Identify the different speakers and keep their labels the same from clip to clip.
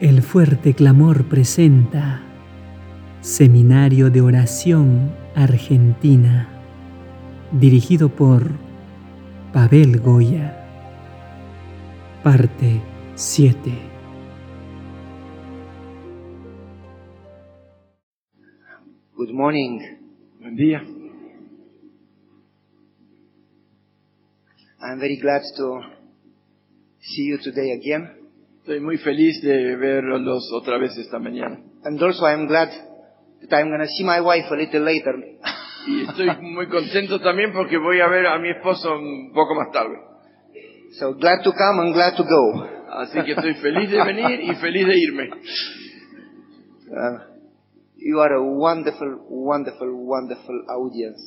Speaker 1: El fuerte clamor presenta Seminario de Oración Argentina, dirigido por Pavel Goya. Parte 7.
Speaker 2: Good morning.
Speaker 3: Buen día.
Speaker 2: I'm very glad to see you today again.
Speaker 3: Estoy muy feliz de verlos otra vez esta mañana.
Speaker 2: And also I'm glad that I'm gonna see my wife a little later.
Speaker 3: Y estoy muy contento también porque voy a ver a mi esposo un poco más tarde.
Speaker 2: So glad to come and glad to go.
Speaker 3: Así que estoy feliz de venir y feliz de irme.
Speaker 2: Uh, you are a wonderful, wonderful, wonderful audience.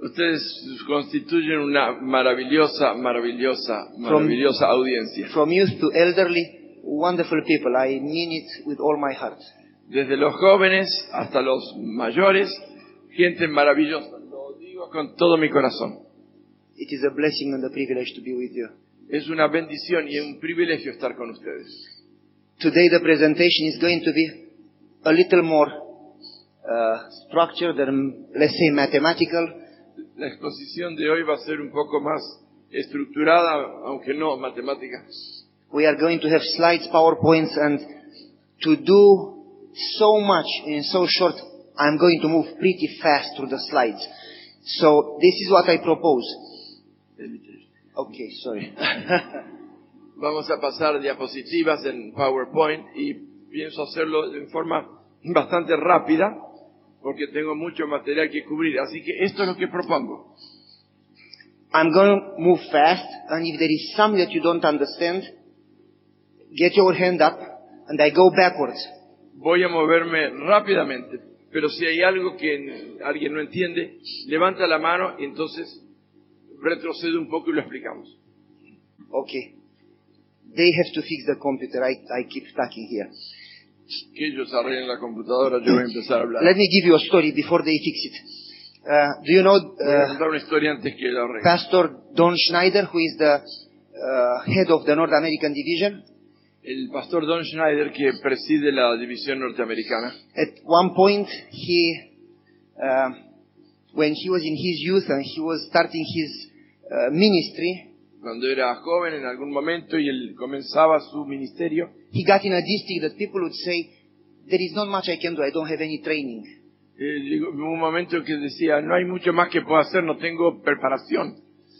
Speaker 3: Ustedes constituyen una maravillosa, maravillosa, maravillosa audiencia.
Speaker 2: From youth to elderly, wonderful people. I mean it with all my heart.
Speaker 3: Desde los jóvenes hasta los mayores, gente maravillosa. Lo digo con todo mi corazón.
Speaker 2: It is a blessing and a privilege to be with you.
Speaker 3: Es una bendición y un privilegio estar con ustedes.
Speaker 2: Today the presentation is going to be a little more uh, structured and let's say mathematical.
Speaker 3: La exposición de hoy va a ser un poco más estructurada, aunque no matemática.
Speaker 2: We are going to have slides, PowerPoints, and to do so much in so short, I'm going to move pretty fast through the slides. So this is what I propose. Okay, sorry.
Speaker 3: Vamos a pasar diapositivas en PowerPoint y pienso hacerlo en forma bastante rápida porque tengo mucho material que cubrir. Así que esto es lo que propongo.
Speaker 2: I'm going to move fast, and if there is some that you don't understand, get your hand up, and I go backwards.
Speaker 3: Voy a moverme rápidamente, pero si hay algo que n- alguien no entiende, levanta la mano y entonces retrocede un poco y lo explicamos.
Speaker 2: Okay. They have to fix the computer. I, I keep talking here.
Speaker 3: Que ellos arreglen la computadora, yo voy a empezar a hablar.
Speaker 2: Let me give you a story before they fix it. Uh, do you know
Speaker 3: Voy a
Speaker 2: uh,
Speaker 3: contar una historia antes que la arreglen.
Speaker 2: Pastor Don Schneider, who is the uh, head of the North American division?
Speaker 3: El pastor Don Schneider, que preside la división norteamericana,
Speaker 2: At one point, he, uh, when he was in his youth and he was starting his uh, ministry,
Speaker 3: cuando era joven en algún momento y él comenzaba su ministerio,
Speaker 2: he got in a district that people would say, there is not much I can do, I don't have any training.
Speaker 3: eh, llegó un momento que decía, no hay mucho más que puedo hacer, no tengo preparación.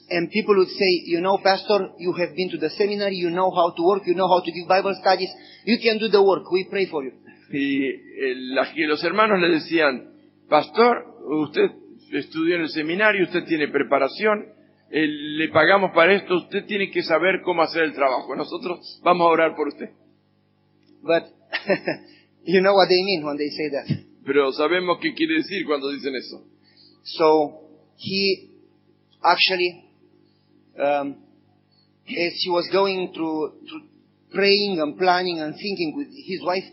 Speaker 2: And people would say, you know, pastor, you have been to the seminary, you know how to work, you know how to give Bible studies, you can do the work, we pray for you.
Speaker 3: Y eh, la- que los hermanos le decían, pastor, usted estudió en el seminario, usted tiene preparación, eh, le pagamos para esto, usted tiene que saber cómo hacer el trabajo, nosotros vamos a orar por usted.
Speaker 2: But you know what they mean when they say that.
Speaker 3: Pero sabemos qué quiere decir cuando dicen eso.
Speaker 2: So he actually, um, as he was going through, through praying and planning and thinking with his wife,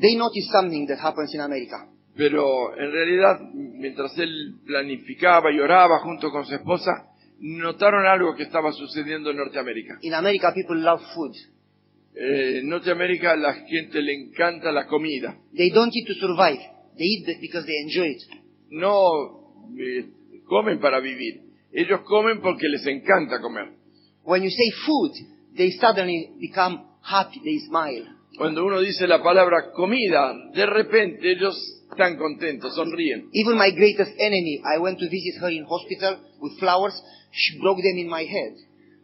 Speaker 2: they noticed something that happens in America.
Speaker 3: Pero en realidad, mientras él planificaba y oraba junto con su esposa, notaron algo que estaba sucediendo en Norteamérica.
Speaker 2: In America, people love food.
Speaker 3: Eh, en Norteamérica la gente le encanta la comida.
Speaker 2: They don't eat to survive. They eat that because they enjoy it.
Speaker 3: No eh, comen para vivir. Ellos comen porque les encanta comer.
Speaker 2: When you say food, they suddenly become happy. They smile.
Speaker 3: Cuando uno dice la palabra comida, de repente ellos están contentos, sonríen.
Speaker 2: Even my greatest enemy, I went to visit her in hospital with flowers. She broke them in my head.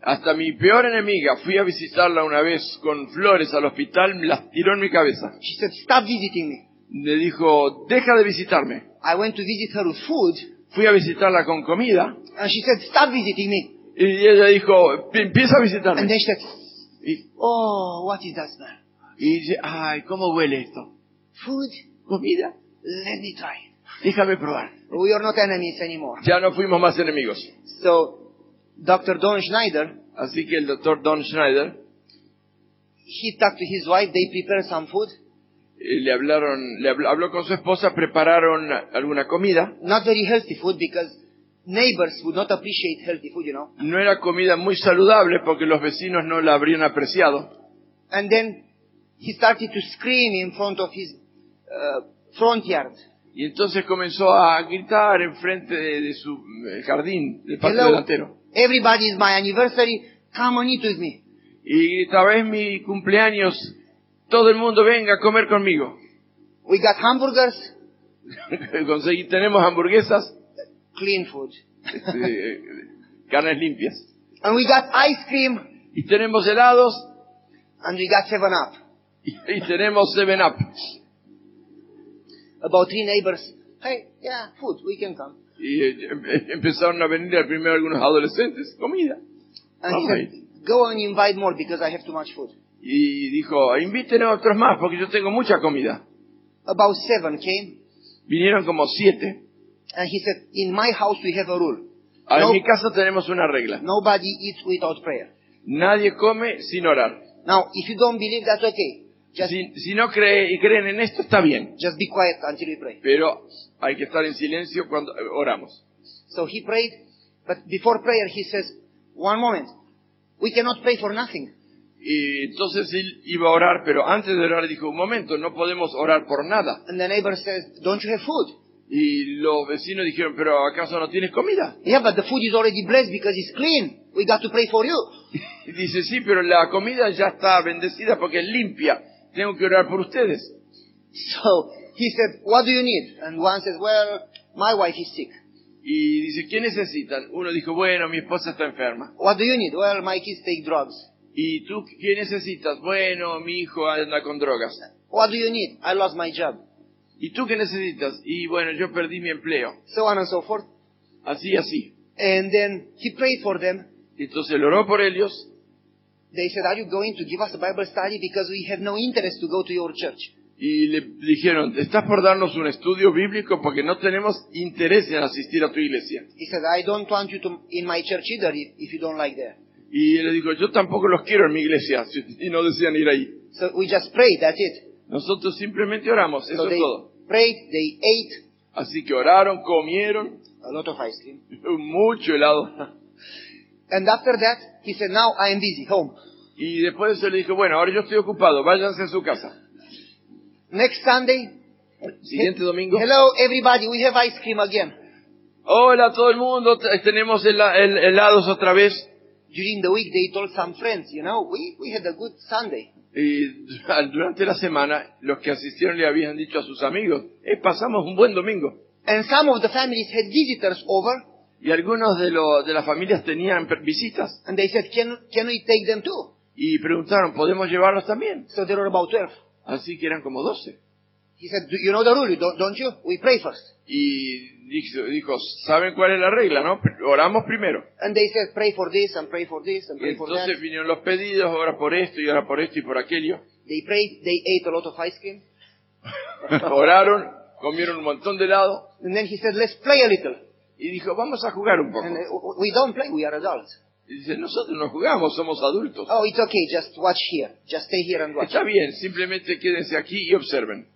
Speaker 3: Hasta mi peor enemiga, fui a visitarla una vez con flores al hospital, me las tiró en mi cabeza.
Speaker 2: She said, stop visiting me.
Speaker 3: Le dijo, deja de visitarme.
Speaker 2: I went to visit her with food,
Speaker 3: Fui a visitarla con comida
Speaker 2: and Uh, she said, stop visiting me.
Speaker 3: y ella dijo, "Pi- empieza a
Speaker 2: And
Speaker 3: visitarme.
Speaker 2: then she said,
Speaker 3: Y,
Speaker 2: oh, what is that smell?
Speaker 3: y dice, ay, ¿cómo huele esto?
Speaker 2: Food?
Speaker 3: Comida,
Speaker 2: Let me try it.
Speaker 3: déjame probar.
Speaker 2: We are not enemies anymore.
Speaker 3: Ya no fuimos más enemigos.
Speaker 2: So, Dr. Don Schneider,
Speaker 3: Así que el doctor Don Schneider
Speaker 2: he talked to his wife, they prepared some food.
Speaker 3: eh, le hablaron, le habl- habló con su esposa, prepararon alguna comida.
Speaker 2: Not very healthy food because neighbors would not appreciate healthy food, you know.
Speaker 3: No era comida muy saludable porque los vecinos no la habrían apreciado.
Speaker 2: And then he started to scream in front of his uh, front yard.
Speaker 3: Y entonces comenzó a gritar enfrente de, de su eh, jardín, del patio
Speaker 2: Hello,
Speaker 3: delantero.
Speaker 2: everybody, it's my anniversary. Come on, eat with me.
Speaker 3: Y gritaba, es mi cumpleaños, todo el mundo venga a comer conmigo.
Speaker 2: We got hamburgers,
Speaker 3: Conseguí, tenemos hamburguesas,
Speaker 2: clean food,
Speaker 3: este, carnes limpias.
Speaker 2: and we got ice cream,
Speaker 3: Y tenemos helados
Speaker 2: and we got Seven Up.
Speaker 3: y, y tenemos 7-Up.
Speaker 2: About three neighbors. Hey, yeah, food. We can come.
Speaker 3: Y eh, em- empezaron a venir al primero algunos adolescentes, comida.
Speaker 2: And he
Speaker 3: Alright.
Speaker 2: said, go and invite more because I have too much food.
Speaker 3: Y dijo, inviten a otros más porque yo tengo mucha comida.
Speaker 2: About seven came,
Speaker 3: Vinieron como siete.
Speaker 2: and he said, in my house we have a rule.
Speaker 3: Ah, En
Speaker 2: No-
Speaker 3: mi casa tenemos una regla.
Speaker 2: nobody eats without prayer.
Speaker 3: Nadie come sin orar.
Speaker 2: Now, if you don't believe, that's okay. Just,
Speaker 3: Si, si no cree y creen en esto, está bien.
Speaker 2: just be quiet until we pray.
Speaker 3: Pero hay que estar en silencio cuando eh, oramos.
Speaker 2: So he prayed, but before prayer he says, one moment, we cannot pray for nothing.
Speaker 3: Y entonces él iba a orar, pero antes de orar dijo, un momento, no podemos orar por nada.
Speaker 2: And the neighbor says, don't you have food?
Speaker 3: Y los vecinos dijeron, pero ¿acaso no tienes comida?
Speaker 2: Yeah, but the food is already blessed because it's clean. We got to pray for you.
Speaker 3: Y dice, sí, pero la comida ya está bendecida porque es limpia. Tengo que orar por ustedes.
Speaker 2: So he said, what do you need? And one says, well, my wife is sick.
Speaker 3: Y dice, ¿qué necesitan? Uno dijo, bueno, mi esposa está enferma.
Speaker 2: What do you need? Well, my kids take drugs.
Speaker 3: ¿Y tú qué necesitas? Bueno, mi hijo anda con drogas.
Speaker 2: What do you need? I lost my job.
Speaker 3: ¿Y tú qué necesitas? Y bueno, yo perdí mi empleo.
Speaker 2: So on and so forth.
Speaker 3: Así, así.
Speaker 2: And then he prayed for them.
Speaker 3: Entonces él oró por ellos
Speaker 2: They said, are you going to give us a Bible study? Because we have no interest to go to your church.
Speaker 3: y le dijeron, ¿estás por darnos un estudio bíblico? Porque no tenemos interés en asistir a tu iglesia.
Speaker 2: He said, I don't want you to in my church either if, if you don't like there.
Speaker 3: Y él le dijo, yo tampoco los quiero en mi iglesia si- y no desean ir ahí.
Speaker 2: So we just prayed, that's it.
Speaker 3: Nosotros simplemente oramos, eso
Speaker 2: so
Speaker 3: es
Speaker 2: they
Speaker 3: todo.
Speaker 2: prayed, they ate
Speaker 3: Así que oraron, comieron,
Speaker 2: a lot of ice cream.
Speaker 3: mucho helado.
Speaker 2: And after that, he said, now I am busy, home.
Speaker 3: Y después de eso le dijo, bueno, ahora yo estoy ocupado, váyanse a su casa.
Speaker 2: Next Sunday,
Speaker 3: Siguiente domingo.
Speaker 2: hello everybody, we have ice cream again.
Speaker 3: Hola a todo el mundo, t- tenemos hela- hel- helados otra vez.
Speaker 2: During the week, they told some friends, you know, we, we had a good Sunday.
Speaker 3: Y durante la semana, los que asistieron le habían dicho a sus amigos, eh, pasamos un buen domingo.
Speaker 2: And some of the families had visitors over,
Speaker 3: Y algunos de, lo- de las familias tenían per- visitas
Speaker 2: and they said, can, can we take them too?
Speaker 3: y preguntaron, ¿podemos llevarlos también?
Speaker 2: So there were about 12.
Speaker 3: Así que eran como 12.
Speaker 2: He said, do you know the rule, don't, don't you? We pray first.
Speaker 3: Y dijo, dijo, ¿saben cuál es la regla, no? Pr- Oramos primero.
Speaker 2: And they said, pray for this and pray for this and
Speaker 3: Y
Speaker 2: pray for that.
Speaker 3: entonces vinieron los pedidos, ahora por esto y ahora por esto y por aquello.
Speaker 2: They prayed, they ate a lot of ice cream.
Speaker 3: Oraron, comieron un montón de helado
Speaker 2: And then he said, let's play a little.
Speaker 3: y dijo, vamos a jugar un poco.
Speaker 2: And uh, w- we don't play, we are adults.
Speaker 3: Y dice, nosotros no jugamos, somos adultos.
Speaker 2: Oh, it's okay, just watch here. Just stay here and watch.
Speaker 3: Está bien, simplemente quédense aquí y observen.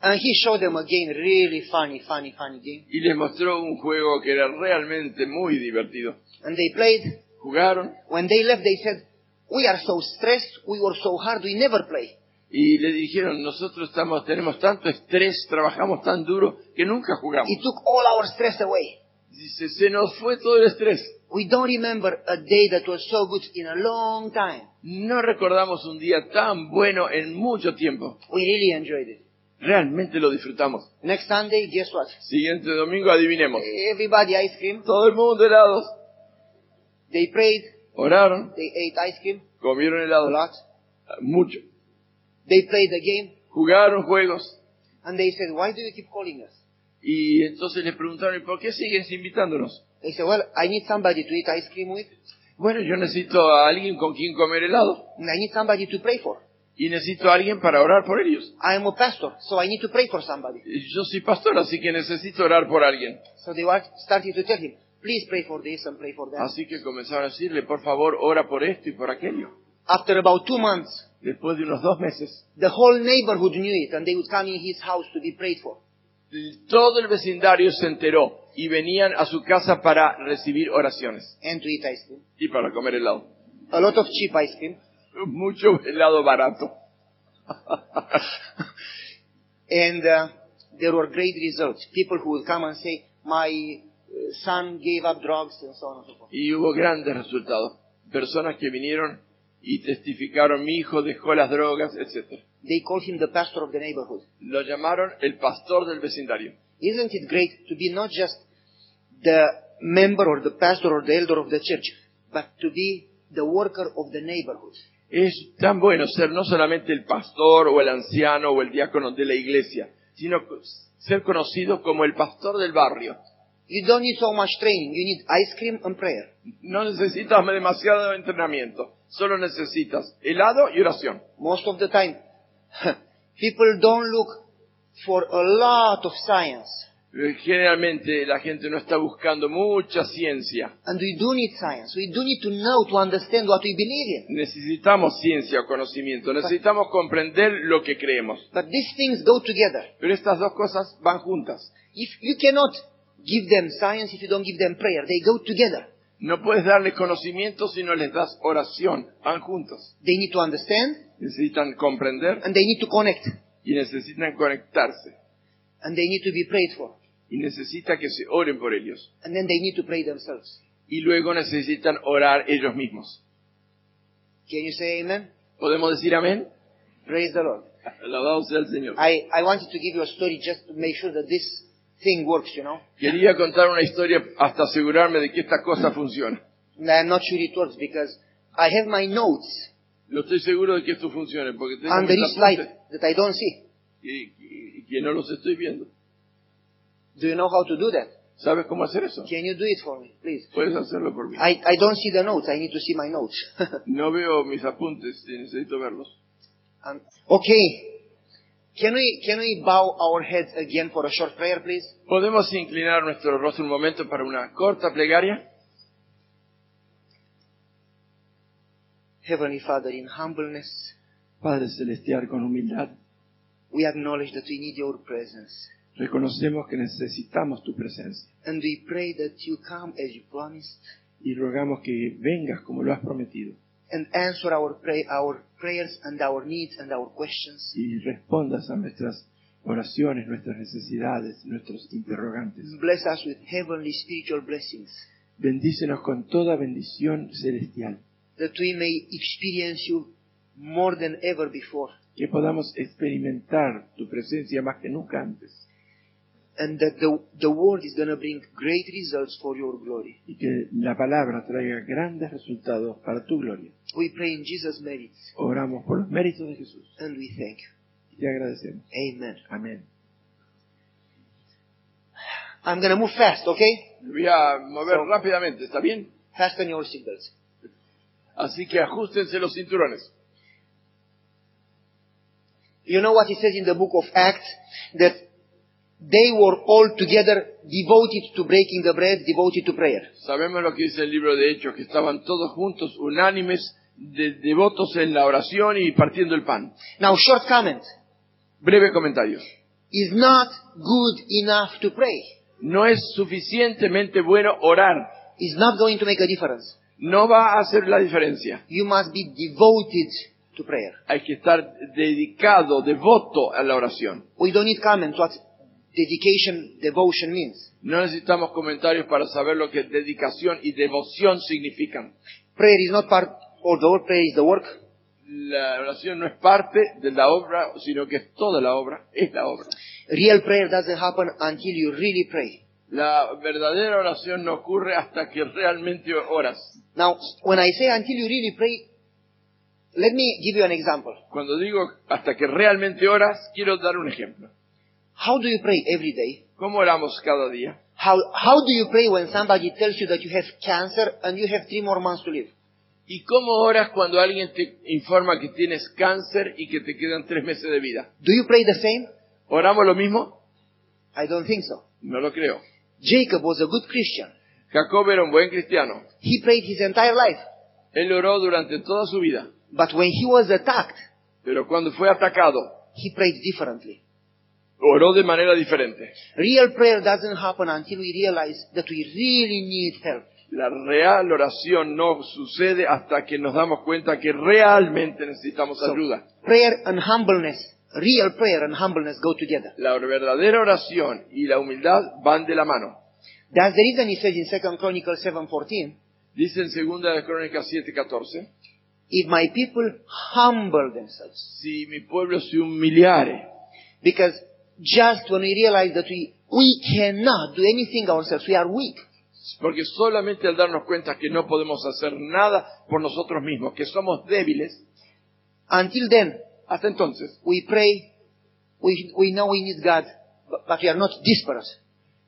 Speaker 2: And he showed them a game, really funny, funny, funny game.
Speaker 3: Y les mostró un juego que era realmente muy divertido.
Speaker 2: And they played.
Speaker 3: Jugaron
Speaker 2: When they left, they said, we are so stressed, we work so hard, we never play.
Speaker 3: y le dijeron, nosotros estamos, tenemos tanto estrés, trabajamos tan duro que nunca jugamos.
Speaker 2: It took all our stress away.
Speaker 3: Dice, se nos fue todo el estrés.
Speaker 2: We don't remember a day that was so good in a long time.
Speaker 3: No recordamos un día tan bueno en mucho tiempo.
Speaker 2: We really enjoyed it.
Speaker 3: Realmente lo disfrutamos.
Speaker 2: Next Sunday, guess what?
Speaker 3: Siguiente domingo, adivinemos.
Speaker 2: Everybody ice cream.
Speaker 3: Todo el mundo helados.
Speaker 2: They prayed,
Speaker 3: Oraron,
Speaker 2: they ate ice cream
Speaker 3: comieron
Speaker 2: a
Speaker 3: helado.
Speaker 2: lot.
Speaker 3: Mucho.
Speaker 2: They played the game
Speaker 3: Jugaron juegos.
Speaker 2: and they said, why do you keep calling us?
Speaker 3: Y entonces les preguntaron, ¿y por qué sigues invitándonos?
Speaker 2: They said, well, I need somebody to eat ice cream with
Speaker 3: Bueno, yo necesito a alguien con quien comer helado.
Speaker 2: and I need somebody to pray for.
Speaker 3: Y necesito a alguien para orar por ellos.
Speaker 2: I am a pastor, so I need to pray for somebody.
Speaker 3: Yo soy pastor, así que necesito orar por alguien.
Speaker 2: So they were started to tell him, please pray for this and pray for that.
Speaker 3: Así que comenzaron a decirle, por favor, ora por esto y por aquello.
Speaker 2: After about two months,
Speaker 3: Después de unos dos meses,
Speaker 2: the whole neighborhood knew it and they would come in his house to be prayed for.
Speaker 3: todo el vecindario se enteró y venían a su casa para recibir oraciones
Speaker 2: and to eat ice cream.
Speaker 3: y para comer helado.
Speaker 2: A lot of cheap ice cream.
Speaker 3: Mucho helado barato.
Speaker 2: and uh, there were great results. People who would come and say, my uh, son gave up drugs and so on and so forth.
Speaker 3: Y hubo grandes resultados. Personas que vinieron y testificaron, mi hijo dejó las drogas, etc.
Speaker 2: They called him the pastor of the neighborhood.
Speaker 3: Lo llamaron el pastor del vecindario.
Speaker 2: Isn't it great to be not just the member or the pastor or the elder of the church, but to be the worker of the neighborhood?
Speaker 3: Es tan bueno ser no solamente el pastor o el anciano o el diácono de la iglesia, sino ser conocido como el pastor del barrio.
Speaker 2: You don't need so much training. You need ice cream and prayer.
Speaker 3: No necesitas demasiado entrenamiento, solo necesitas helado y oración.
Speaker 2: Most of the time, people don't look for a lot of science.
Speaker 3: Eh, Generalmente la gente no está buscando mucha ciencia.
Speaker 2: And we do need science. We do need to know to understand what we believe in.
Speaker 3: Necesitamos ciencia o conocimiento, necesitamos comprender lo que creemos.
Speaker 2: But these things go together.
Speaker 3: Pero estas dos cosas van juntas.
Speaker 2: If you cannot give them science if you don't give them prayer, they go together.
Speaker 3: No puedes darles conocimiento si no les das oración. Van juntos.
Speaker 2: They need to understand
Speaker 3: Necesitan comprender
Speaker 2: and they need to connect
Speaker 3: y necesitan conectarse.
Speaker 2: and they need to be prayed for.
Speaker 3: Y necesita que se oren por ellos.
Speaker 2: And then they need to pray themselves.
Speaker 3: Y luego necesitan orar ellos mismos.
Speaker 2: Can you say amen?
Speaker 3: ¿Podemos decir amén?
Speaker 2: Praise the Lord.
Speaker 3: Alabado sea el Señor.
Speaker 2: I, I wanted to give you a story just to make sure that this thing works, you know.
Speaker 3: Quería contar una historia hasta asegurarme de que esta cosa funciona.
Speaker 2: And I'm not sure it works because I have my notes
Speaker 3: No estoy seguro de que esto funcione porque tengo
Speaker 2: and there
Speaker 3: mis
Speaker 2: is light
Speaker 3: apuntes
Speaker 2: that I don't see.
Speaker 3: que- que- que no los estoy viendo.
Speaker 2: Do you know how to do that?
Speaker 3: ¿Sabes cómo hacer eso?
Speaker 2: Can you do it for me, please?
Speaker 3: Puedes hacerlo por mí.
Speaker 2: I, I don't see the notes. I need to see my notes.
Speaker 3: No veo mis apuntes y necesito verlos.
Speaker 2: Um, okay. Can we, can we bow our heads again for a short prayer, please?
Speaker 3: ¿Podemos inclinar nuestro rostro un momento para una corta plegaria?
Speaker 2: Heavenly Father, in humbleness,
Speaker 3: Padre Celestial, con humildad,
Speaker 2: we acknowledge that we need your presence.
Speaker 3: reconocemos que necesitamos tu presencia
Speaker 2: And we pray that you come as you promised
Speaker 3: y rogamos que vengas como lo has prometido
Speaker 2: and answer our, pray, our prayers and our needs and our questions.
Speaker 3: y respondas a nuestras oraciones, nuestras necesidades, nuestros interrogantes.
Speaker 2: Bless us with heavenly spiritual blessings
Speaker 3: Bendícenos con toda bendición celestial,
Speaker 2: that we may experience you more than ever before
Speaker 3: que podamos experimentar tu presencia más que nunca antes
Speaker 2: and that the, the world is going to bring great results for your glory.
Speaker 3: y que la palabra traiga grandes resultados para tu gloria.
Speaker 2: We pray in Jesus' merits
Speaker 3: Oramos por los méritos de Jesús
Speaker 2: and we thank you.
Speaker 3: y te agradecemos.
Speaker 2: Amen.
Speaker 3: Amén.
Speaker 2: I'm going to move fast, okay?
Speaker 3: Voy a mover rápidamente, ¿está bien?
Speaker 2: Fasten your seatbelts.
Speaker 3: Así que ajustense los cinturones.
Speaker 2: You know what it says in the book of Acts? That they were all together devoted to breaking the bread, devoted to prayer.
Speaker 3: Sabemos lo que dice el libro de Hechos, que estaban todos juntos, unánimes, de- devotos en la oración y partiendo el pan.
Speaker 2: Now, short comment.
Speaker 3: Breve comentario.
Speaker 2: Is not good enough to pray.
Speaker 3: No es suficientemente bueno orar
Speaker 2: Is not going to make a difference.
Speaker 3: no va a hacer la diferencia.
Speaker 2: You must be devoted to prayer.
Speaker 3: Hay que estar dedicado, devoto a la oración.
Speaker 2: We don't need comments what dedication, devotion means.
Speaker 3: No necesitamos comentarios para saber lo que dedicación y devoción significan.
Speaker 2: Prayer is not part of the work, prayer is the work.
Speaker 3: La oración no es parte de la obra, sino que es toda la obra, es la obra.
Speaker 2: Real prayer doesn't happen until you really pray.
Speaker 3: La verdadera oración no ocurre hasta que realmente oras.
Speaker 2: Now, when I say until you really pray, let me give you an example.
Speaker 3: Cuando digo hasta que realmente oras, quiero dar un ejemplo.
Speaker 2: How do you pray every day?
Speaker 3: ¿Cómo oramos cada día?
Speaker 2: How, how do you pray when somebody tells you that you have cancer and you have three more months to live?
Speaker 3: ¿Y cómo oras cuando alguien te informa que tienes cáncer y que te quedan tres meses de vida?
Speaker 2: Do you pray the same?
Speaker 3: ¿Oramos lo mismo?
Speaker 2: I don't think so.
Speaker 3: No lo creo.
Speaker 2: Jacob was a good Christian.
Speaker 3: Jacob era un buen cristiano.
Speaker 2: He prayed his entire life.
Speaker 3: Él oró durante toda su vida,
Speaker 2: But when he was attacked,
Speaker 3: pero cuando fue atacado,
Speaker 2: he prayed differently.
Speaker 3: oró de manera diferente.
Speaker 2: Real prayer doesn't happen until we realize that we really need help.
Speaker 3: La real oración no sucede hasta que nos damos cuenta que realmente necesitamos ayuda.
Speaker 2: Prayer and humbleness, real prayer and humbleness go together.
Speaker 3: La verdadera oración y la humildad van de la mano.
Speaker 2: That's the reason he says in Second Chronicles 7:14,
Speaker 3: Dice en 2 de Crónicas 7:14,
Speaker 2: if my people humble themselves,
Speaker 3: si mi pueblo se humillare,
Speaker 2: because just when we realize that we we cannot do anything ourselves, we are weak.
Speaker 3: porque solamente al darnos cuenta que no podemos hacer nada por nosotros mismos, que somos débiles,
Speaker 2: Until then,
Speaker 3: hasta entonces
Speaker 2: we pray, we we know we need God, but, but we are not desperate.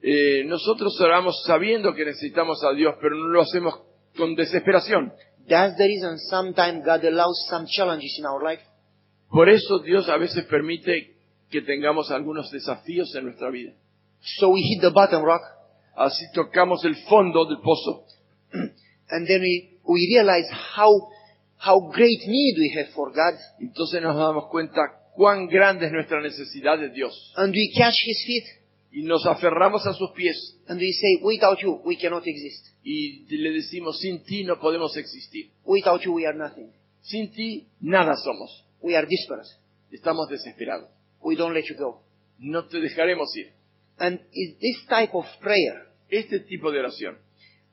Speaker 3: eh, nosotros oramos sabiendo que necesitamos a Dios, pero no lo hacemos con desesperación.
Speaker 2: That's the reason sometimes God allows some challenges in our life
Speaker 3: Por eso Dios a veces permite que tengamos algunos desafíos en nuestra vida.
Speaker 2: So we hit the bottom rock,
Speaker 3: Así tocamos el fondo del pozo
Speaker 2: and then we, we realize how, how great need we have for God,
Speaker 3: Entonces nos damos cuenta cuán grande es nuestra necesidad de Dios.
Speaker 2: and we catch His feet,
Speaker 3: Y nos aferramos a sus pies
Speaker 2: and we say, without you, we cannot exist.
Speaker 3: y le decimos, sin ti no podemos existir.
Speaker 2: Without you, we are nothing.
Speaker 3: Sin ti nada somos.
Speaker 2: We are desperate.
Speaker 3: Estamos desesperados.
Speaker 2: We don't let you go.
Speaker 3: No te dejaremos ir.
Speaker 2: And it's this type of prayer
Speaker 3: Este tipo de oración,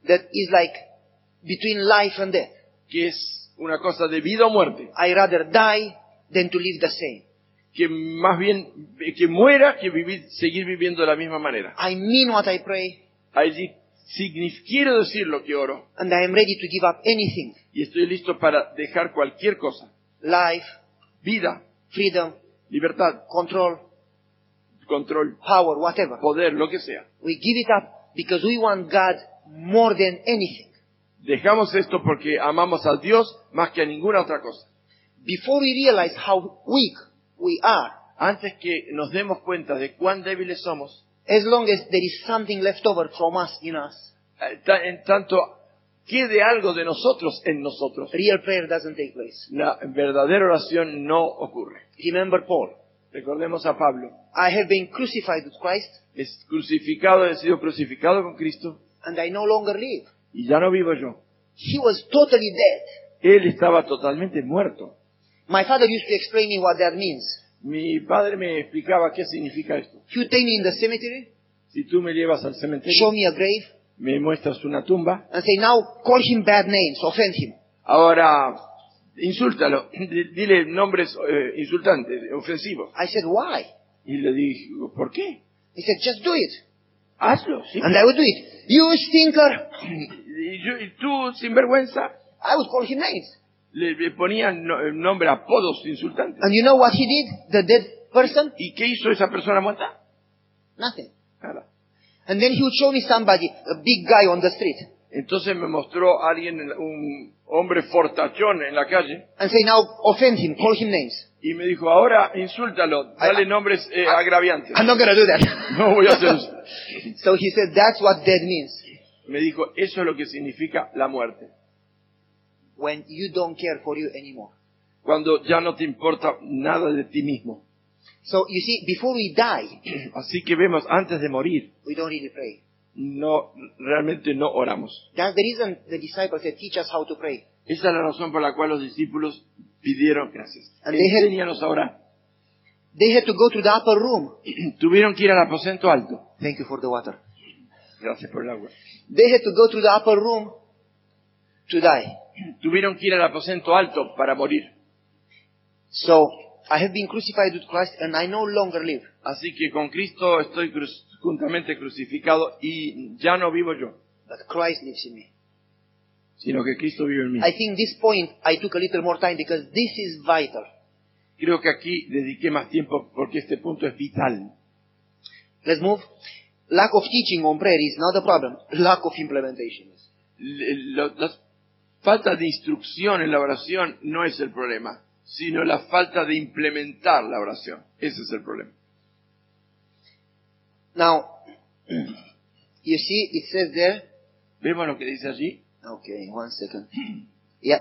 Speaker 2: that is like between life and death.
Speaker 3: que es una cosa de vida o muerte,
Speaker 2: I rather die than to live the same.
Speaker 3: que más bien eh, que muera que vivir, seguir viviendo de la misma manera.
Speaker 2: I mean what I pray,
Speaker 3: Allí signif- quiero decir lo que oro
Speaker 2: and I am ready to give up anything.
Speaker 3: y estoy listo para dejar cualquier cosa.
Speaker 2: Life,
Speaker 3: Vida,
Speaker 2: freedom,
Speaker 3: libertad,
Speaker 2: control,
Speaker 3: control,
Speaker 2: power, whatever.
Speaker 3: poder, lo que sea.
Speaker 2: We give it up because we want God more than anything.
Speaker 3: Dejamos esto porque amamos a Dios más que a ninguna otra cosa.
Speaker 2: Before we realize how weak we are,
Speaker 3: Antes que nos demos cuenta de cuán débiles somos,
Speaker 2: as long as there is something left over from us in us,
Speaker 3: eh, ta- en tanto quede algo de nosotros en nosotros,
Speaker 2: real prayer doesn't take place.
Speaker 3: la verdadera oración no ocurre.
Speaker 2: Remember Paul.
Speaker 3: Recordemos a Pablo,
Speaker 2: I have been crucified with Christ,
Speaker 3: es crucificado, he sido crucificado con Cristo
Speaker 2: and I no longer live.
Speaker 3: y ya no vivo yo.
Speaker 2: He was totally dead.
Speaker 3: Él estaba totalmente muerto.
Speaker 2: My father used to explain me what that means.
Speaker 3: Mi padre me explicaba qué significa esto.
Speaker 2: He would take me in the cemetery,
Speaker 3: Si tú me llevas al
Speaker 2: show
Speaker 3: cementerio,
Speaker 2: me a grave,
Speaker 3: me muestras una tumba,
Speaker 2: and say, now call him bad names, offend him.
Speaker 3: Ahora, insúltalo, di- dile nombres eh, insultantes, ofensivos.
Speaker 2: I said, why?
Speaker 3: Y le dije, ¿por qué?
Speaker 2: He said, just do it.
Speaker 3: Hazlo, ¿sí?
Speaker 2: And I would do it. You stinker!
Speaker 3: Y, yo- y tú, sin vergüenza,
Speaker 2: I would call him names.
Speaker 3: le, le ponían no- nombre, apodos insultantes.
Speaker 2: And you know what he did? The dead person?
Speaker 3: ¿Y qué hizo esa persona muerta?
Speaker 2: Nothing.
Speaker 3: Nada.
Speaker 2: And then he would show me somebody, a big guy on the street,
Speaker 3: Entonces me mostró alguien, en la- un hombre fortachón en la calle,
Speaker 2: and say, now offend him, call him names.
Speaker 3: y me dijo, ahora insúltalo, dale nombres eh, agraviantes.
Speaker 2: I'm not gonna do that.
Speaker 3: No voy a hacer eso.
Speaker 2: so he said, that's what dead means.
Speaker 3: Me dijo, eso es lo que significa la muerte.
Speaker 2: When you don't care for you anymore.
Speaker 3: cuando ya no te importa nada de ti mismo.
Speaker 2: So you see, before we die,
Speaker 3: Así que vemos, antes de morir,
Speaker 2: we don't really pray.
Speaker 3: no, realmente no oramos.
Speaker 2: That's the reason the disciples said, teach us how to pray.
Speaker 3: Esa es la razón por la cual los discípulos pidieron gracias.
Speaker 2: Ale-
Speaker 3: Enséñanos a orar.
Speaker 2: They had to go to the upper room.
Speaker 3: Tuvieron que ir al aposento alto.
Speaker 2: Thank you for the water.
Speaker 3: Gracias por el agua.
Speaker 2: They had to go to the upper room to die.
Speaker 3: Tuvieron que ir al aposento alto para morir.
Speaker 2: So I have been crucified with Christ and I no longer live.
Speaker 3: Así que con Cristo estoy cruz- juntamente crucificado y ya no vivo yo,
Speaker 2: But Christ lives in me.
Speaker 3: sino que Cristo vive en mí.
Speaker 2: I think this point I took a little more time because this is vital.
Speaker 3: Creo que aquí dediqué más tiempo porque este punto es vital.
Speaker 2: Let's move. Lack of teaching on prayer is not a problem. Lack of implementation is.
Speaker 3: la, la falta de instrucción en la oración no es el problema, sino la falta de implementar la oración. Ese es el problema.
Speaker 2: Now, you see, it says there.
Speaker 3: Vemos lo que dice allí.
Speaker 2: Okay, one second. Yeah.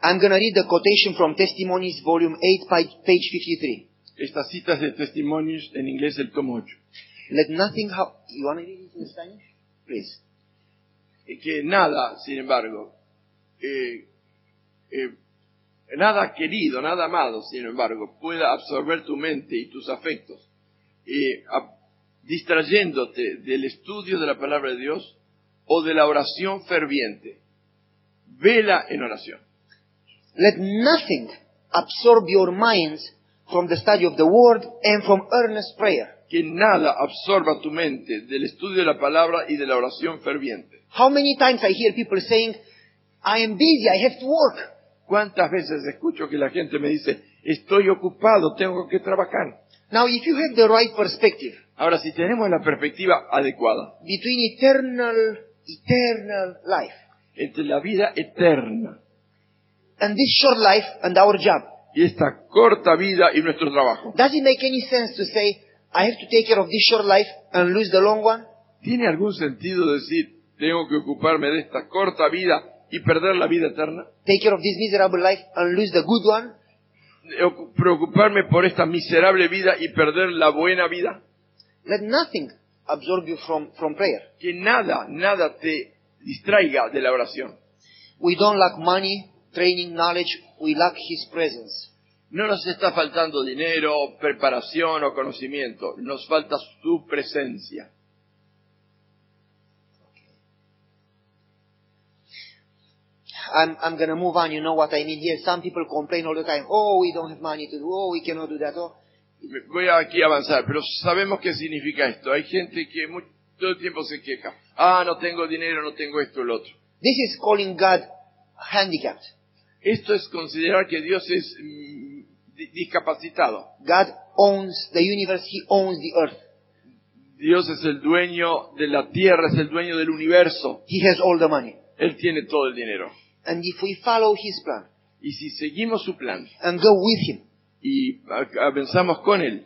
Speaker 2: I'm gonna read the quotation from Testimonies, Volume 8, pi- page 53.
Speaker 3: Estas citas de testimonios en inglés, el tomo 8.
Speaker 2: Let nothing happen. You want to read it in Spanish? Please.
Speaker 3: Eh, que nada, sin embargo, eh, eh, nada querido, nada amado, sin embargo, pueda absorber tu mente y tus afectos, eh, a- distrayéndote del estudio de la palabra de Dios o de la oración ferviente. Vela en oración.
Speaker 2: Let nothing absorb your minds from the study of the Word and from earnest prayer.
Speaker 3: Que nada absorba tu mente del estudio de la palabra y de la oración ferviente.
Speaker 2: How many times I hear people saying, I am busy, I have to work.
Speaker 3: ¿Cuántas veces escucho que la gente me dice, estoy ocupado, tengo que trabajar?
Speaker 2: Now, if you have the right perspective
Speaker 3: Ahora, si tenemos la perspectiva adecuada,
Speaker 2: between eternal, eternal life
Speaker 3: entre la vida eterna
Speaker 2: and this short life and our job,
Speaker 3: y esta corta vida y nuestro trabajo.
Speaker 2: does it make any sense to say, I have to take care of this short life and lose the long one?
Speaker 3: ¿Tiene algún sentido decir, tengo que ocuparme de esta corta vida y perder la vida eterna?
Speaker 2: Take care of this miserable life and lose the good one?
Speaker 3: Eh, ocu- ¿Preocuparme por esta miserable vida y perder la buena vida?
Speaker 2: Let nothing absorb you from, from prayer.
Speaker 3: Que nada, nada te distraiga de la oración.
Speaker 2: We don't lack money, training, knowledge. We lack His presence.
Speaker 3: No nos está faltando dinero, preparación o conocimiento. Nos falta su presencia.
Speaker 2: I'm, I'm going to move on. You know what I mean here. Some people complain all the time. Oh, we don't have money to do. Oh, we cannot do that. Oh.
Speaker 3: Me- Voy aquí a avanzar, pero sabemos qué significa esto. Hay gente que mu- todo el tiempo se queja. Ah, no tengo dinero, no tengo esto, el otro.
Speaker 2: This is calling God handicapped.
Speaker 3: Esto es considerar que Dios es mm, di- discapacitado.
Speaker 2: God owns the universe. He owns the earth.
Speaker 3: Dios es el dueño de la tierra, es el dueño del universo.
Speaker 2: He has all the money.
Speaker 3: Él tiene todo el dinero.
Speaker 2: And if we follow His plan
Speaker 3: Y si seguimos su plan
Speaker 2: and go with Him,
Speaker 3: y a- avanzamos con Él,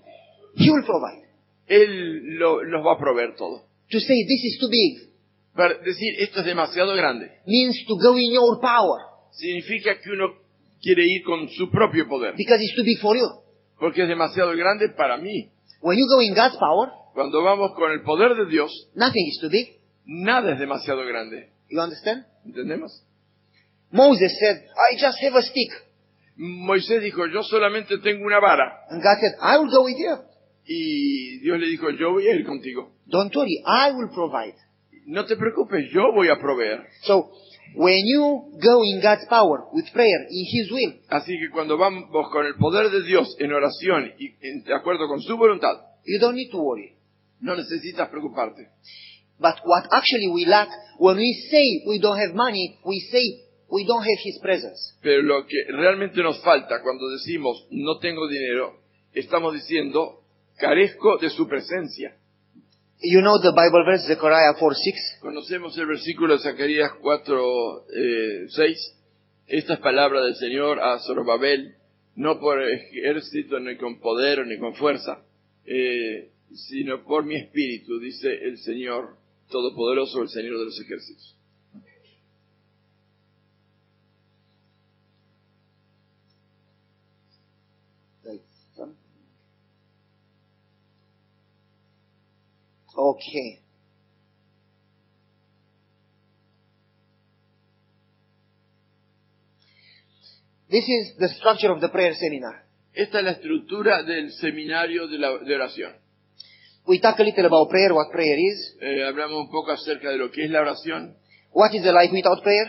Speaker 2: He will provide.
Speaker 3: Él lo- nos va a proveer todo.
Speaker 2: To say this is too big
Speaker 3: Para decir, esto es demasiado grande,
Speaker 2: means to go in your power
Speaker 3: significa que uno quiere ir con su propio poder,
Speaker 2: because it's too big for you.
Speaker 3: porque es demasiado grande para mí.
Speaker 2: When you go in God's power,
Speaker 3: Cuando vamos con el poder de Dios,
Speaker 2: nothing is too big.
Speaker 3: nada es demasiado grande.
Speaker 2: You understand?
Speaker 3: ¿Entendemos?
Speaker 2: Moses said, I just have a stick.
Speaker 3: Moisés dijo, yo solamente tengo una vara.
Speaker 2: And God said, I will go with you.
Speaker 3: Y Dios le dijo, yo voy a ir contigo.
Speaker 2: Don't worry, I will provide.
Speaker 3: No te preocupes, yo voy a proveer.
Speaker 2: So, when you go in God's power with prayer, in His will,
Speaker 3: Así que cuando vamos con el poder de Dios en oración y en- de acuerdo con su voluntad,
Speaker 2: you don't need to worry.
Speaker 3: no necesitas preocuparte.
Speaker 2: But what actually we lack, when we say we don't have money, we say we don't have His presence.
Speaker 3: Pero lo que realmente nos falta cuando decimos no tengo dinero, estamos diciendo carezco de su presencia.
Speaker 2: You know the Bible verse, Zechariah 4 6?
Speaker 3: Conocemos el versículo de Zacarías 4, eh, 6. Esta es palabra del Señor a Zorobabel, no por ejército, ni con poder, ni con fuerza, eh, sino por mi espíritu, dice el Señor Todopoderoso, el Señor de los ejércitos.
Speaker 2: Okay. This is the structure of the prayer seminar.
Speaker 3: Esta es la estructura del seminario de, la, de oración.
Speaker 2: We talk a little about prayer, what prayer is,
Speaker 3: Eh, hablamos un poco acerca de lo que es la oración,
Speaker 2: what is the life without prayer,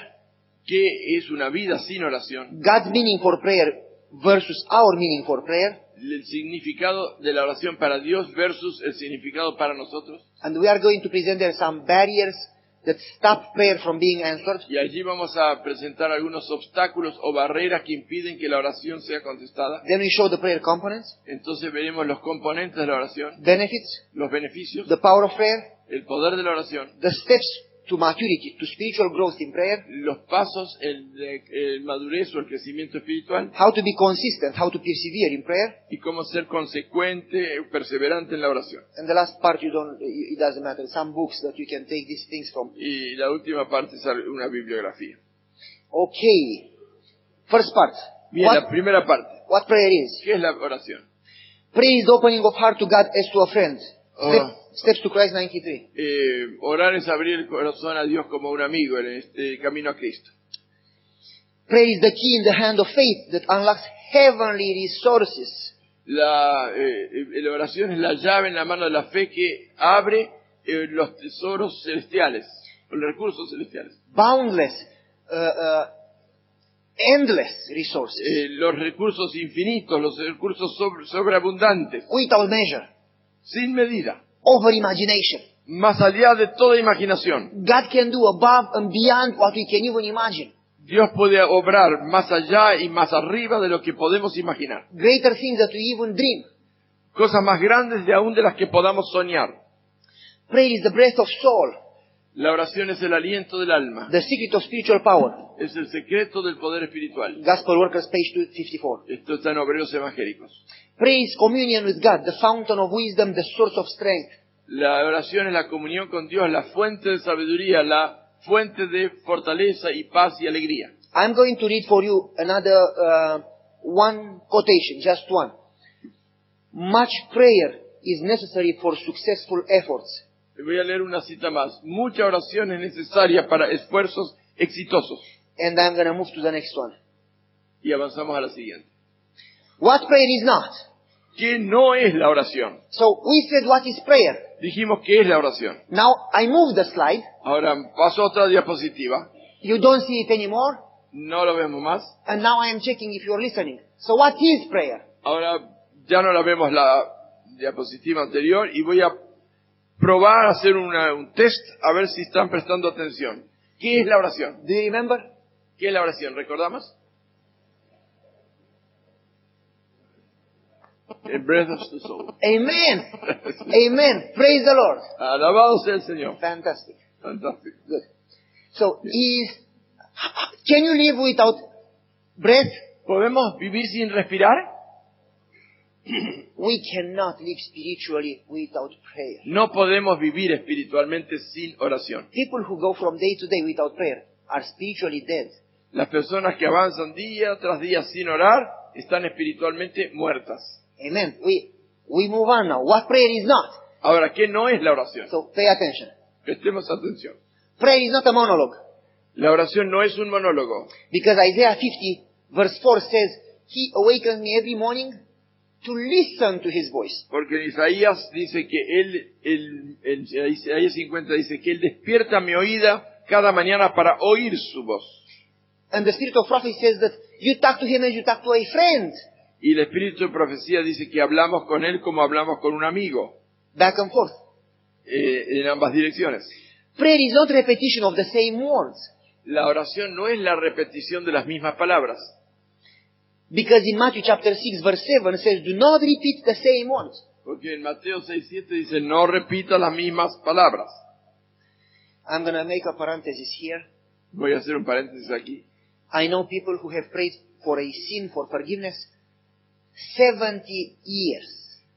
Speaker 3: qué es una vida sin oración,
Speaker 2: God's meaning for prayer versus our meaning for prayer,
Speaker 3: el significado de la oración para Dios versus el significado para nosotros.
Speaker 2: and we are going to present there some barriers that stop prayer from being answered.
Speaker 3: Y allí vamos a presentar algunos obstáculos o barreras que impiden que la oración sea contestada.
Speaker 2: Then we show the prayer components,
Speaker 3: Entonces veremos los componentes de la oración,
Speaker 2: benefits,
Speaker 3: los beneficios,
Speaker 2: the power of prayer,
Speaker 3: el poder de la oración,
Speaker 2: the steps to maturity, to spiritual growth in prayer,
Speaker 3: los pasos, el, de- el madurez o el crecimiento espiritual
Speaker 2: how to be consistent, how to persevere in prayer,
Speaker 3: y cómo ser consecuente, perseverante en la oración.
Speaker 2: and the last part you don't, it doesn't matter, some books that you can take these things from.
Speaker 3: Y la última parte es una bibliografía.
Speaker 2: Okay. First part.
Speaker 3: Bien, la
Speaker 2: What,
Speaker 3: primera parte.
Speaker 2: what prayer is?
Speaker 3: ¿Qué es la oración?
Speaker 2: Prayer is the opening of heart to God as to a friend.
Speaker 3: Oh.
Speaker 2: Steps to Christ 93.
Speaker 3: Eh, orar es abrir el corazón a Dios como un amigo en este camino a Cristo.
Speaker 2: Prayer is the key in the hand of faith that unlocks heavenly resources.
Speaker 3: La, eh, eh, la oración es la llave en la mano de la fe que abre eh, los tesoros celestiales, los recursos celestiales.
Speaker 2: boundless, uh, uh, endless resources
Speaker 3: Eh, los recursos infinitos, los recursos sobre- sobreabundantes,
Speaker 2: without measure,
Speaker 3: sin medida,
Speaker 2: over imagination.
Speaker 3: más allá de toda imaginación.
Speaker 2: God can do above and beyond what we can even imagine.
Speaker 3: Dios puede obrar más allá y más arriba de lo que podemos imaginar.
Speaker 2: Greater things that we even dream.
Speaker 3: Cosas más grandes de aún de las que podamos soñar.
Speaker 2: Prayer is the breath of soul,
Speaker 3: La oración es el aliento del alma,
Speaker 2: the secret of spiritual power.
Speaker 3: es el secreto del poder espiritual.
Speaker 2: Gospel Workers, page 254.
Speaker 3: Esto está en Obreros Evangélicos.
Speaker 2: Prayer is communion with God, the fountain of wisdom, the source of strength.
Speaker 3: La oración es la comunión con Dios, la fuente de sabiduría, la fuente de fortaleza y paz y alegría.
Speaker 2: I'm going to read for you another uh, one quotation, just one. Much prayer is necessary for successful efforts.
Speaker 3: Voy a leer una cita más. Mucha oración es necesaria para esfuerzos exitosos.
Speaker 2: And I'm going to move to the next one.
Speaker 3: Y avanzamos a la siguiente.
Speaker 2: What prayer is not.
Speaker 3: ¿Qué no es la oración?
Speaker 2: So we said what is prayer.
Speaker 3: Dijimos que es la oración.
Speaker 2: Now I move the slide.
Speaker 3: Ahora paso a otra diapositiva.
Speaker 2: You don't see it anymore.
Speaker 3: No lo vemos más.
Speaker 2: And now I am checking if you're listening. So what is prayer?
Speaker 3: Ahora ya no la vemos la diapositiva anterior y voy a probar a hacer una- un test a ver si están prestando atención. ¿Qué es la oración?
Speaker 2: Do you remember?
Speaker 3: ¿Qué es la oración? ¿Recordamos? El breath of the soul.
Speaker 2: Amen. Amen. Praise the Lord.
Speaker 3: Alabado sea el Señor.
Speaker 2: Fantastic.
Speaker 3: Fantástico.
Speaker 2: Good. So is, can you live without breath?
Speaker 3: ¿Podemos vivir sin respirar?
Speaker 2: We cannot live spiritually without prayer.
Speaker 3: No podemos vivir espiritualmente sin oración.
Speaker 2: People who go from day to day without prayer are spiritually dead.
Speaker 3: Las personas que avanzan día tras día sin orar están espiritualmente muertas.
Speaker 2: Amen. We, we move on now. What prayer is not.
Speaker 3: Ahora, ¿qué no es la oración?
Speaker 2: So pay attention.
Speaker 3: Prestemos atención.
Speaker 2: Prayer is not a monologue.
Speaker 3: La oración no es un monólogo,
Speaker 2: Because Isaiah 50 verse 4 says, He awakens me every morning to listen to His voice.
Speaker 3: porque Isaías dice que él, él- en Isaías 50 dice que él despierta mi oída cada mañana para oír su voz.
Speaker 2: And the spirit of prophecy says that you talk to Him as you talk to a friend.
Speaker 3: Y el espíritu de profecía dice que hablamos con él como hablamos con un amigo,
Speaker 2: Back and forth.
Speaker 3: eh, en ambas direcciones.
Speaker 2: Prayer is not repetition of the same words.
Speaker 3: La oración no es la repetición de las mismas palabras,
Speaker 2: Because in Matthew chapter 6 verse 7 says, Do not repeat the same words.
Speaker 3: porque en Mateo 6.7 dice no repita las mismas palabras.
Speaker 2: I'm going to make a parenthesis here.
Speaker 3: Voy a hacer un paréntesis aquí.
Speaker 2: I know people who have prayed for a sin, for forgiveness, 70 years.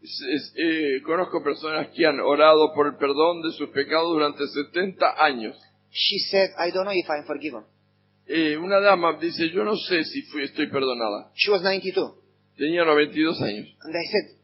Speaker 3: Es- es- eh, conozco personas que han orado por el perdón de sus pecados durante 70 años.
Speaker 2: She said, I don't know if I'm forgiven.
Speaker 3: Eh, una dama dice, yo no sé si fui, estoy perdonada.
Speaker 2: She was 92.
Speaker 3: Tenía 92 años.
Speaker 2: And I said,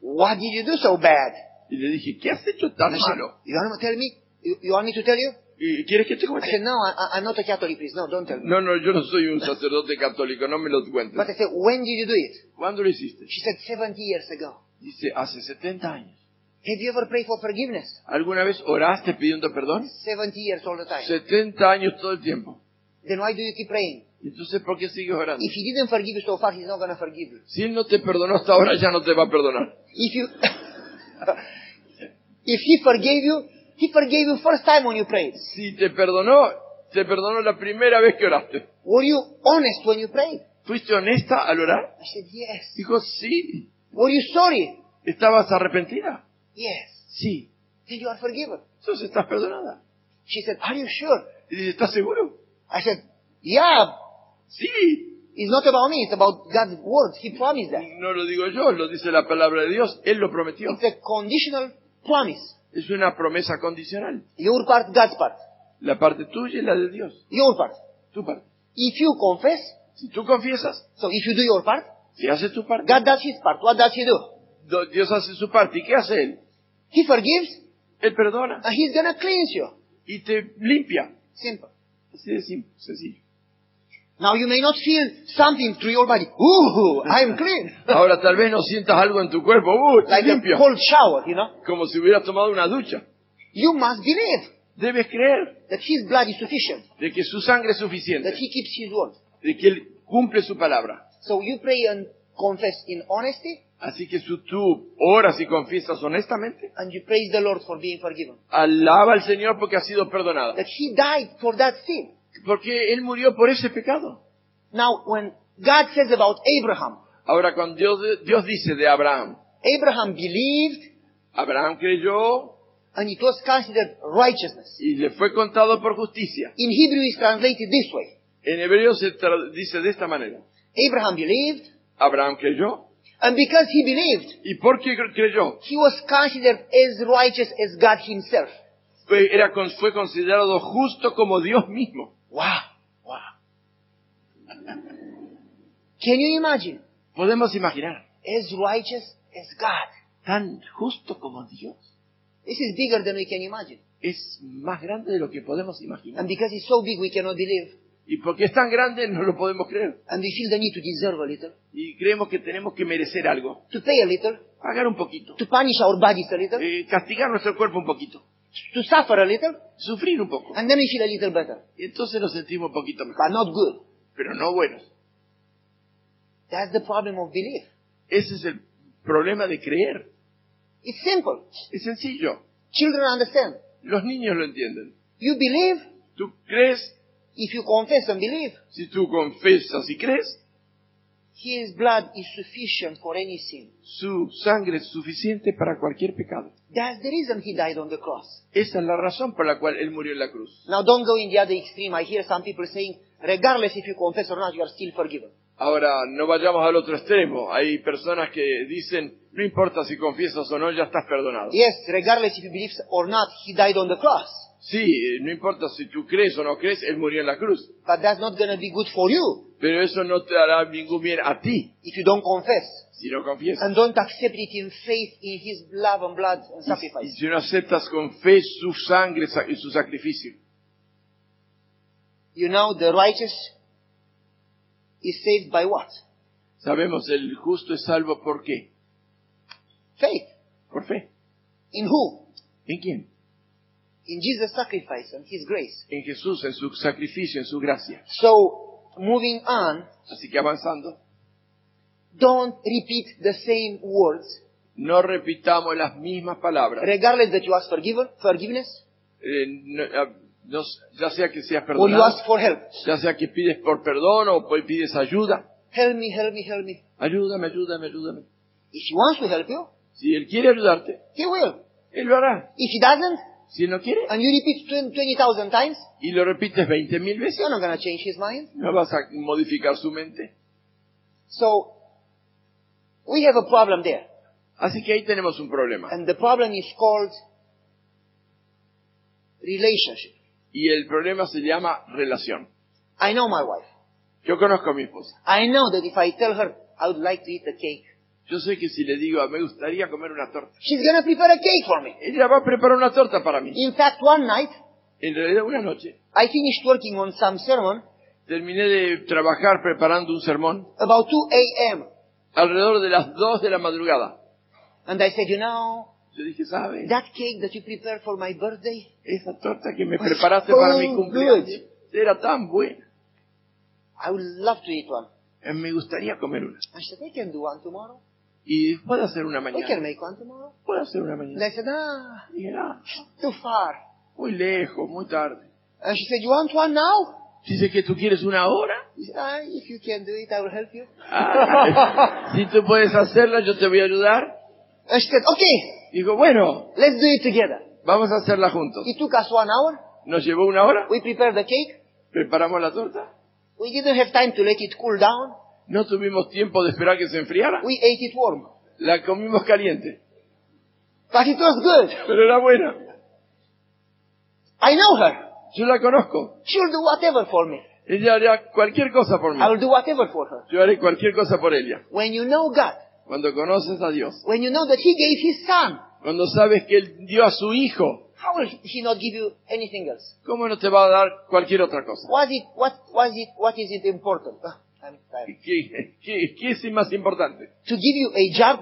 Speaker 2: What did you do so bad?
Speaker 3: Y le dije, ¿qué has hecho
Speaker 2: And
Speaker 3: tan
Speaker 2: I said,
Speaker 3: malo?
Speaker 2: You want to tell me? You, you want me to tell you?
Speaker 3: ¿Y ¿Quieres que te
Speaker 2: I said,
Speaker 3: cuente?
Speaker 2: No, I, I- I'm not a Catholic priest. No, don't tell me.
Speaker 3: No, no, yo no soy un sacerdote católico, no me lo
Speaker 2: But I
Speaker 3: cuentes.
Speaker 2: said, When did you do it?
Speaker 3: ¿Cuándo lo hiciste?
Speaker 2: She said, 70 years ago.
Speaker 3: Dice, hace 70 años.
Speaker 2: Have you ever prayed for forgiveness?
Speaker 3: ¿Alguna vez oraste pidiendo perdón?
Speaker 2: 70 years all the time.
Speaker 3: 70 años todo el tiempo.
Speaker 2: Then why do you keep praying?
Speaker 3: Entonces, ¿por qué sigues orando?
Speaker 2: If he didn't forgive you so far, he's not going to forgive you.
Speaker 3: Si él no te perdonó hasta ahora, ya no te va a perdonar.
Speaker 2: If you, if he forgave you, he forgave you first time when you prayed.
Speaker 3: Si te perdonó, te perdonó la primera vez que oraste.
Speaker 2: Were you honest when you prayed?
Speaker 3: ¿Fuiste honesta al orar?
Speaker 2: I said, yes.
Speaker 3: Dijo, sí.
Speaker 2: Were you sorry?
Speaker 3: ¿Estabas arrepentida?
Speaker 2: Yes.
Speaker 3: Sí.
Speaker 2: Then you are forgiven.
Speaker 3: Entonces estás perdonada.
Speaker 2: She said, Are you sure?
Speaker 3: Y dice, ¿estás seguro?
Speaker 2: I said, Yeah,
Speaker 3: Sí.
Speaker 2: it's not about me, it's about God's word. He promised that.
Speaker 3: No lo digo yo, lo dice la palabra de Dios. Él lo prometió.
Speaker 2: It's a conditional promise.
Speaker 3: Es una promesa condicional.
Speaker 2: Your part, God's part.
Speaker 3: La parte tuya y la de Dios.
Speaker 2: Your part.
Speaker 3: Tu parte.
Speaker 2: If you confess,
Speaker 3: Si tú confiesas,
Speaker 2: so if you do your part,
Speaker 3: si haces tu parte,
Speaker 2: God does his part. What does he do?
Speaker 3: Do- Dios hace su parte. ¿Y qué hace Él?
Speaker 2: He forgives
Speaker 3: Él perdona
Speaker 2: and He's gonna cleanse you.
Speaker 3: y te limpia.
Speaker 2: Simple.
Speaker 3: Así de sim- sencillo.
Speaker 2: Now you may not feel something through your body. Ooh, I'm clean.
Speaker 3: Ahora tal vez no sientas algo en tu cuerpo, ¡uh! te
Speaker 2: like a
Speaker 3: limpia!
Speaker 2: cold shower, you know.
Speaker 3: Como si hubieras tomado una ducha.
Speaker 2: You must believe
Speaker 3: Debes creer
Speaker 2: that His blood is sufficient,
Speaker 3: de que su sangre es
Speaker 2: that
Speaker 3: suficiente,
Speaker 2: He keeps His word.
Speaker 3: de que Él cumple su palabra.
Speaker 2: So you pray and confess in honesty,
Speaker 3: Así que si tú oras y confiesas honestamente,
Speaker 2: and you praise the Lord for being forgiven.
Speaker 3: alaba al Señor porque ha sido perdonado.
Speaker 2: That He died for that sin.
Speaker 3: Porque Él murió por ese pecado.
Speaker 2: Now, when God says about Abraham,
Speaker 3: Ahora, cuando Dios, Dios dice de Abraham,
Speaker 2: Abraham believed,
Speaker 3: Abraham creyó
Speaker 2: and it was considered righteousness.
Speaker 3: y le fue contado por justicia.
Speaker 2: In Hebrew, it's translated this way:
Speaker 3: En hebreo se tra- dice de esta manera.
Speaker 2: Abraham believed,
Speaker 3: Abraham creyó.
Speaker 2: and because he believed,
Speaker 3: ¿Y por qué cre- creyó?
Speaker 2: he was considered as righteous as God Himself.
Speaker 3: Fue, era con- fue considerado justo como Dios mismo.
Speaker 2: Wow, wow. Can you imagine?
Speaker 3: Podemos imaginar.
Speaker 2: As righteous as God.
Speaker 3: Tan justo como Dios.
Speaker 2: This is bigger than we can imagine.
Speaker 3: Es más grande de lo que podemos imaginar.
Speaker 2: And because it's so big, we cannot believe.
Speaker 3: Y porque es tan grande no lo podemos creer.
Speaker 2: And we feel the need to deserve a little,
Speaker 3: Y creemos que tenemos que merecer algo.
Speaker 2: to pay a little,
Speaker 3: Pagar un poquito.
Speaker 2: to punish our bodies a little,
Speaker 3: Eh, castigar nuestro cuerpo un poquito.
Speaker 2: to suffer a little,
Speaker 3: Sufrir un poco.
Speaker 2: and then we feel a little better.
Speaker 3: Y entonces nos sentimos un poquito mejor.
Speaker 2: But not good.
Speaker 3: Pero no buenos.
Speaker 2: That's the problem of belief.
Speaker 3: Ese es el problema de creer.
Speaker 2: It's simple.
Speaker 3: Es sencillo.
Speaker 2: Children understand.
Speaker 3: Los niños lo entienden.
Speaker 2: You believe
Speaker 3: Tú crees,
Speaker 2: if you confess and believe.
Speaker 3: si tú confesas y crees,
Speaker 2: His blood is sufficient for any sin.
Speaker 3: su sangre es suficiente para cualquier pecado.
Speaker 2: That's the reason he died on the cross.
Speaker 3: Esa es la razón por la cual Él murió en la cruz.
Speaker 2: Now don't go in the other extreme. I hear some people saying, regardless if you confess or not, you are still forgiven.
Speaker 3: Ahora, no vayamos al otro extremo. Hay personas que dicen, no importa si confiesas o no, ya estás perdonado.
Speaker 2: Yes, regardless if you believe or not, he died on the cross.
Speaker 3: Sí, eh, no importa si tú crees o no crees, Él murió en la cruz.
Speaker 2: But that's not going to be good for you
Speaker 3: Pero eso no te hará ningún bien a ti
Speaker 2: if you don't confess
Speaker 3: si no confiesas.
Speaker 2: and don't accept it in faith in his love and blood and
Speaker 3: Y, y
Speaker 2: sacrifice.
Speaker 3: si no aceptas con fe su sangre sa- y su sacrificio.
Speaker 2: You know, the righteous is saved by what?
Speaker 3: Sabemos, el justo es salvo por qué?
Speaker 2: Faith.
Speaker 3: Por fe.
Speaker 2: In who?
Speaker 3: ¿En quién?
Speaker 2: In Jesus' sacrifice and his grace.
Speaker 3: En Jesús, en su sacrificio, en su gracia.
Speaker 2: So, moving on,
Speaker 3: Así que avanzando,
Speaker 2: don't repeat the same words
Speaker 3: no repitamos las mismas palabras.
Speaker 2: regardless that you ask forgiven, forgiveness
Speaker 3: Eh, no- ah, no- ya sea que seas
Speaker 2: or you
Speaker 3: perdonado,
Speaker 2: ask for help.
Speaker 3: ya sea que pides por perdón o p- pides ayuda.
Speaker 2: Help me, help me, help me.
Speaker 3: Ayúdame, ayúdame, ayúdame.
Speaker 2: If he wants to help you,
Speaker 3: Si Él quiere ayudarte,
Speaker 2: he will.
Speaker 3: Él lo hará.
Speaker 2: If he doesn't,
Speaker 3: Si Él no quiere
Speaker 2: and you repeat 20 20,000 times,
Speaker 3: y lo repites 20.000 veces,
Speaker 2: you're not going to change his mind.
Speaker 3: no vas a modificar su mente.
Speaker 2: So, we have a problem there.
Speaker 3: Así que ahí tenemos un problema.
Speaker 2: And the problem is called relationship.
Speaker 3: Y el problema se llama relación.
Speaker 2: I know my wife.
Speaker 3: Yo conozco a mi esposa.
Speaker 2: I know that if I tell her I would like to eat a cake,
Speaker 3: Yo sé que si le digo, me gustaría comer una torta,
Speaker 2: she's going to prepare a cake for me.
Speaker 3: ella va a preparar una torta para mí.
Speaker 2: In fact, one night,
Speaker 3: En realidad, una noche,
Speaker 2: I finished working on some sermon
Speaker 3: terminé de trabajar preparando un sermón
Speaker 2: about 2 a.m.
Speaker 3: alrededor de las 2 de la madrugada.
Speaker 2: And I said, you know,
Speaker 3: Yo dije, ¿sabes?
Speaker 2: that cake that you prepared for my birthday,
Speaker 3: Esa torta que me
Speaker 2: Was
Speaker 3: preparaste
Speaker 2: so
Speaker 3: para mi cumpleaños era tan buena.
Speaker 2: I would love to eat one.
Speaker 3: Eh, Me gustaría comer una.
Speaker 2: I said, I can do one tomorrow.
Speaker 3: Y puedo hacer una
Speaker 2: We can
Speaker 3: mañana.
Speaker 2: make one tomorrow.
Speaker 3: Puedo hacer una
Speaker 2: And I
Speaker 3: mañana.
Speaker 2: said, ah,
Speaker 3: Y dije, ah,
Speaker 2: too far.
Speaker 3: muy lejos, muy tarde.
Speaker 2: And she said, you want one now?
Speaker 3: Dice que tú quieres una hora.
Speaker 2: I said, ah, if you can do it, I will help you.
Speaker 3: Ah, si tú puedes hacerla, yo te voy a ayudar.
Speaker 2: And she said, okay,
Speaker 3: Dijo, bueno,
Speaker 2: let's do it together.
Speaker 3: vamos a hacerla juntos.
Speaker 2: It took us one hour.
Speaker 3: Nos llevó una hora,
Speaker 2: We prepared the cake.
Speaker 3: preparamos la torta.
Speaker 2: We didn't have time to let it cool down.
Speaker 3: No tuvimos tiempo de esperar que se enfriara.
Speaker 2: We ate it warm.
Speaker 3: La comimos caliente,
Speaker 2: But it was good.
Speaker 3: pero era buena.
Speaker 2: I know her.
Speaker 3: Yo la conozco.
Speaker 2: She'll do whatever for me.
Speaker 3: Ella hará cualquier cosa por mí.
Speaker 2: I will do whatever for her.
Speaker 3: Yo haré cualquier cosa por ella.
Speaker 2: When you know God,
Speaker 3: Cuando conoces a Dios,
Speaker 2: when you know that He gave His Son
Speaker 3: Cuando sabes que Él dio a su Hijo,
Speaker 2: How will He not give you anything else?
Speaker 3: ¿cómo no te va a dar cualquier otra cosa?
Speaker 2: What is it, what, what is it, what is it important? Ah, I'm tired.
Speaker 3: ¿Qué, qué, qué es más importante?
Speaker 2: To give you a job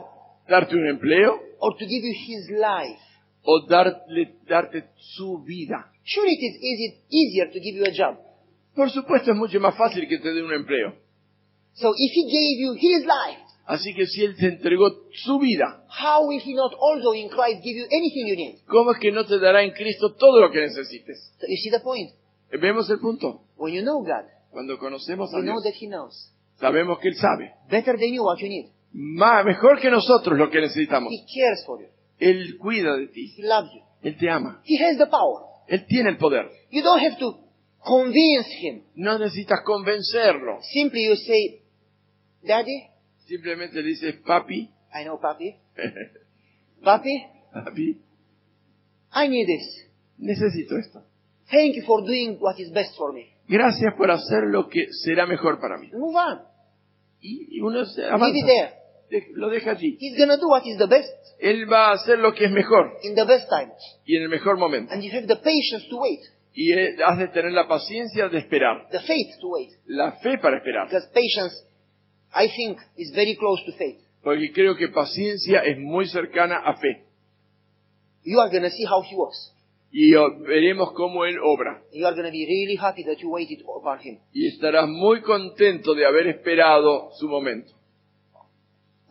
Speaker 3: ¿Darte un empleo
Speaker 2: or to give you His life?
Speaker 3: o darle, darte su vida?
Speaker 2: Sure, it is easy, easier to give you a job.
Speaker 3: Por supuesto es mucho más fácil que te dé un empleo.
Speaker 2: So if He gave you His life,
Speaker 3: Así que si Él te entregó su vida,
Speaker 2: how will He not also in Christ give you anything you need?
Speaker 3: ¿cómo es que no te dará en Cristo todo lo que necesites?
Speaker 2: So you see the point?
Speaker 3: Vemos el punto.
Speaker 2: When you know God,
Speaker 3: Cuando conocemos a
Speaker 2: you know
Speaker 3: Dios,
Speaker 2: that He knows.
Speaker 3: sabemos que Él sabe.
Speaker 2: Better than you what you need.
Speaker 3: Ma- mejor que nosotros lo que necesitamos.
Speaker 2: He cares for you.
Speaker 3: Él cuida de ti.
Speaker 2: He loves you.
Speaker 3: Él te ama.
Speaker 2: He has the power.
Speaker 3: Él tiene el poder.
Speaker 2: You don't have to convince Him.
Speaker 3: No necesitas convencerlo.
Speaker 2: Simply you say, Daddy,
Speaker 3: Simplemente le dices, papi,
Speaker 2: I know papi, papi,
Speaker 3: papi,
Speaker 2: I need this.
Speaker 3: necesito esto.
Speaker 2: Thank you for doing what is best for me.
Speaker 3: Gracias por hacer lo que será mejor para mí.
Speaker 2: Move on.
Speaker 3: Y y uno se
Speaker 2: Leave
Speaker 3: avanza.
Speaker 2: it there.
Speaker 3: De- Lo deja allí.
Speaker 2: He's gonna do what is the best
Speaker 3: Él va a hacer lo que es mejor
Speaker 2: in the best time.
Speaker 3: y en el mejor momento.
Speaker 2: And you have the patience to wait,
Speaker 3: Y eh, has de tener la paciencia de esperar,
Speaker 2: the faith to wait.
Speaker 3: la fe para esperar.
Speaker 2: Because patience, I think, is very close to faith.
Speaker 3: Porque creo que paciencia es muy cercana a fe.
Speaker 2: You are gonna see how He works.
Speaker 3: Y oh, veremos cómo Él obra.
Speaker 2: You are gonna be really happy that you waited upon Him.
Speaker 3: Y estarás muy contento de haber esperado su momento.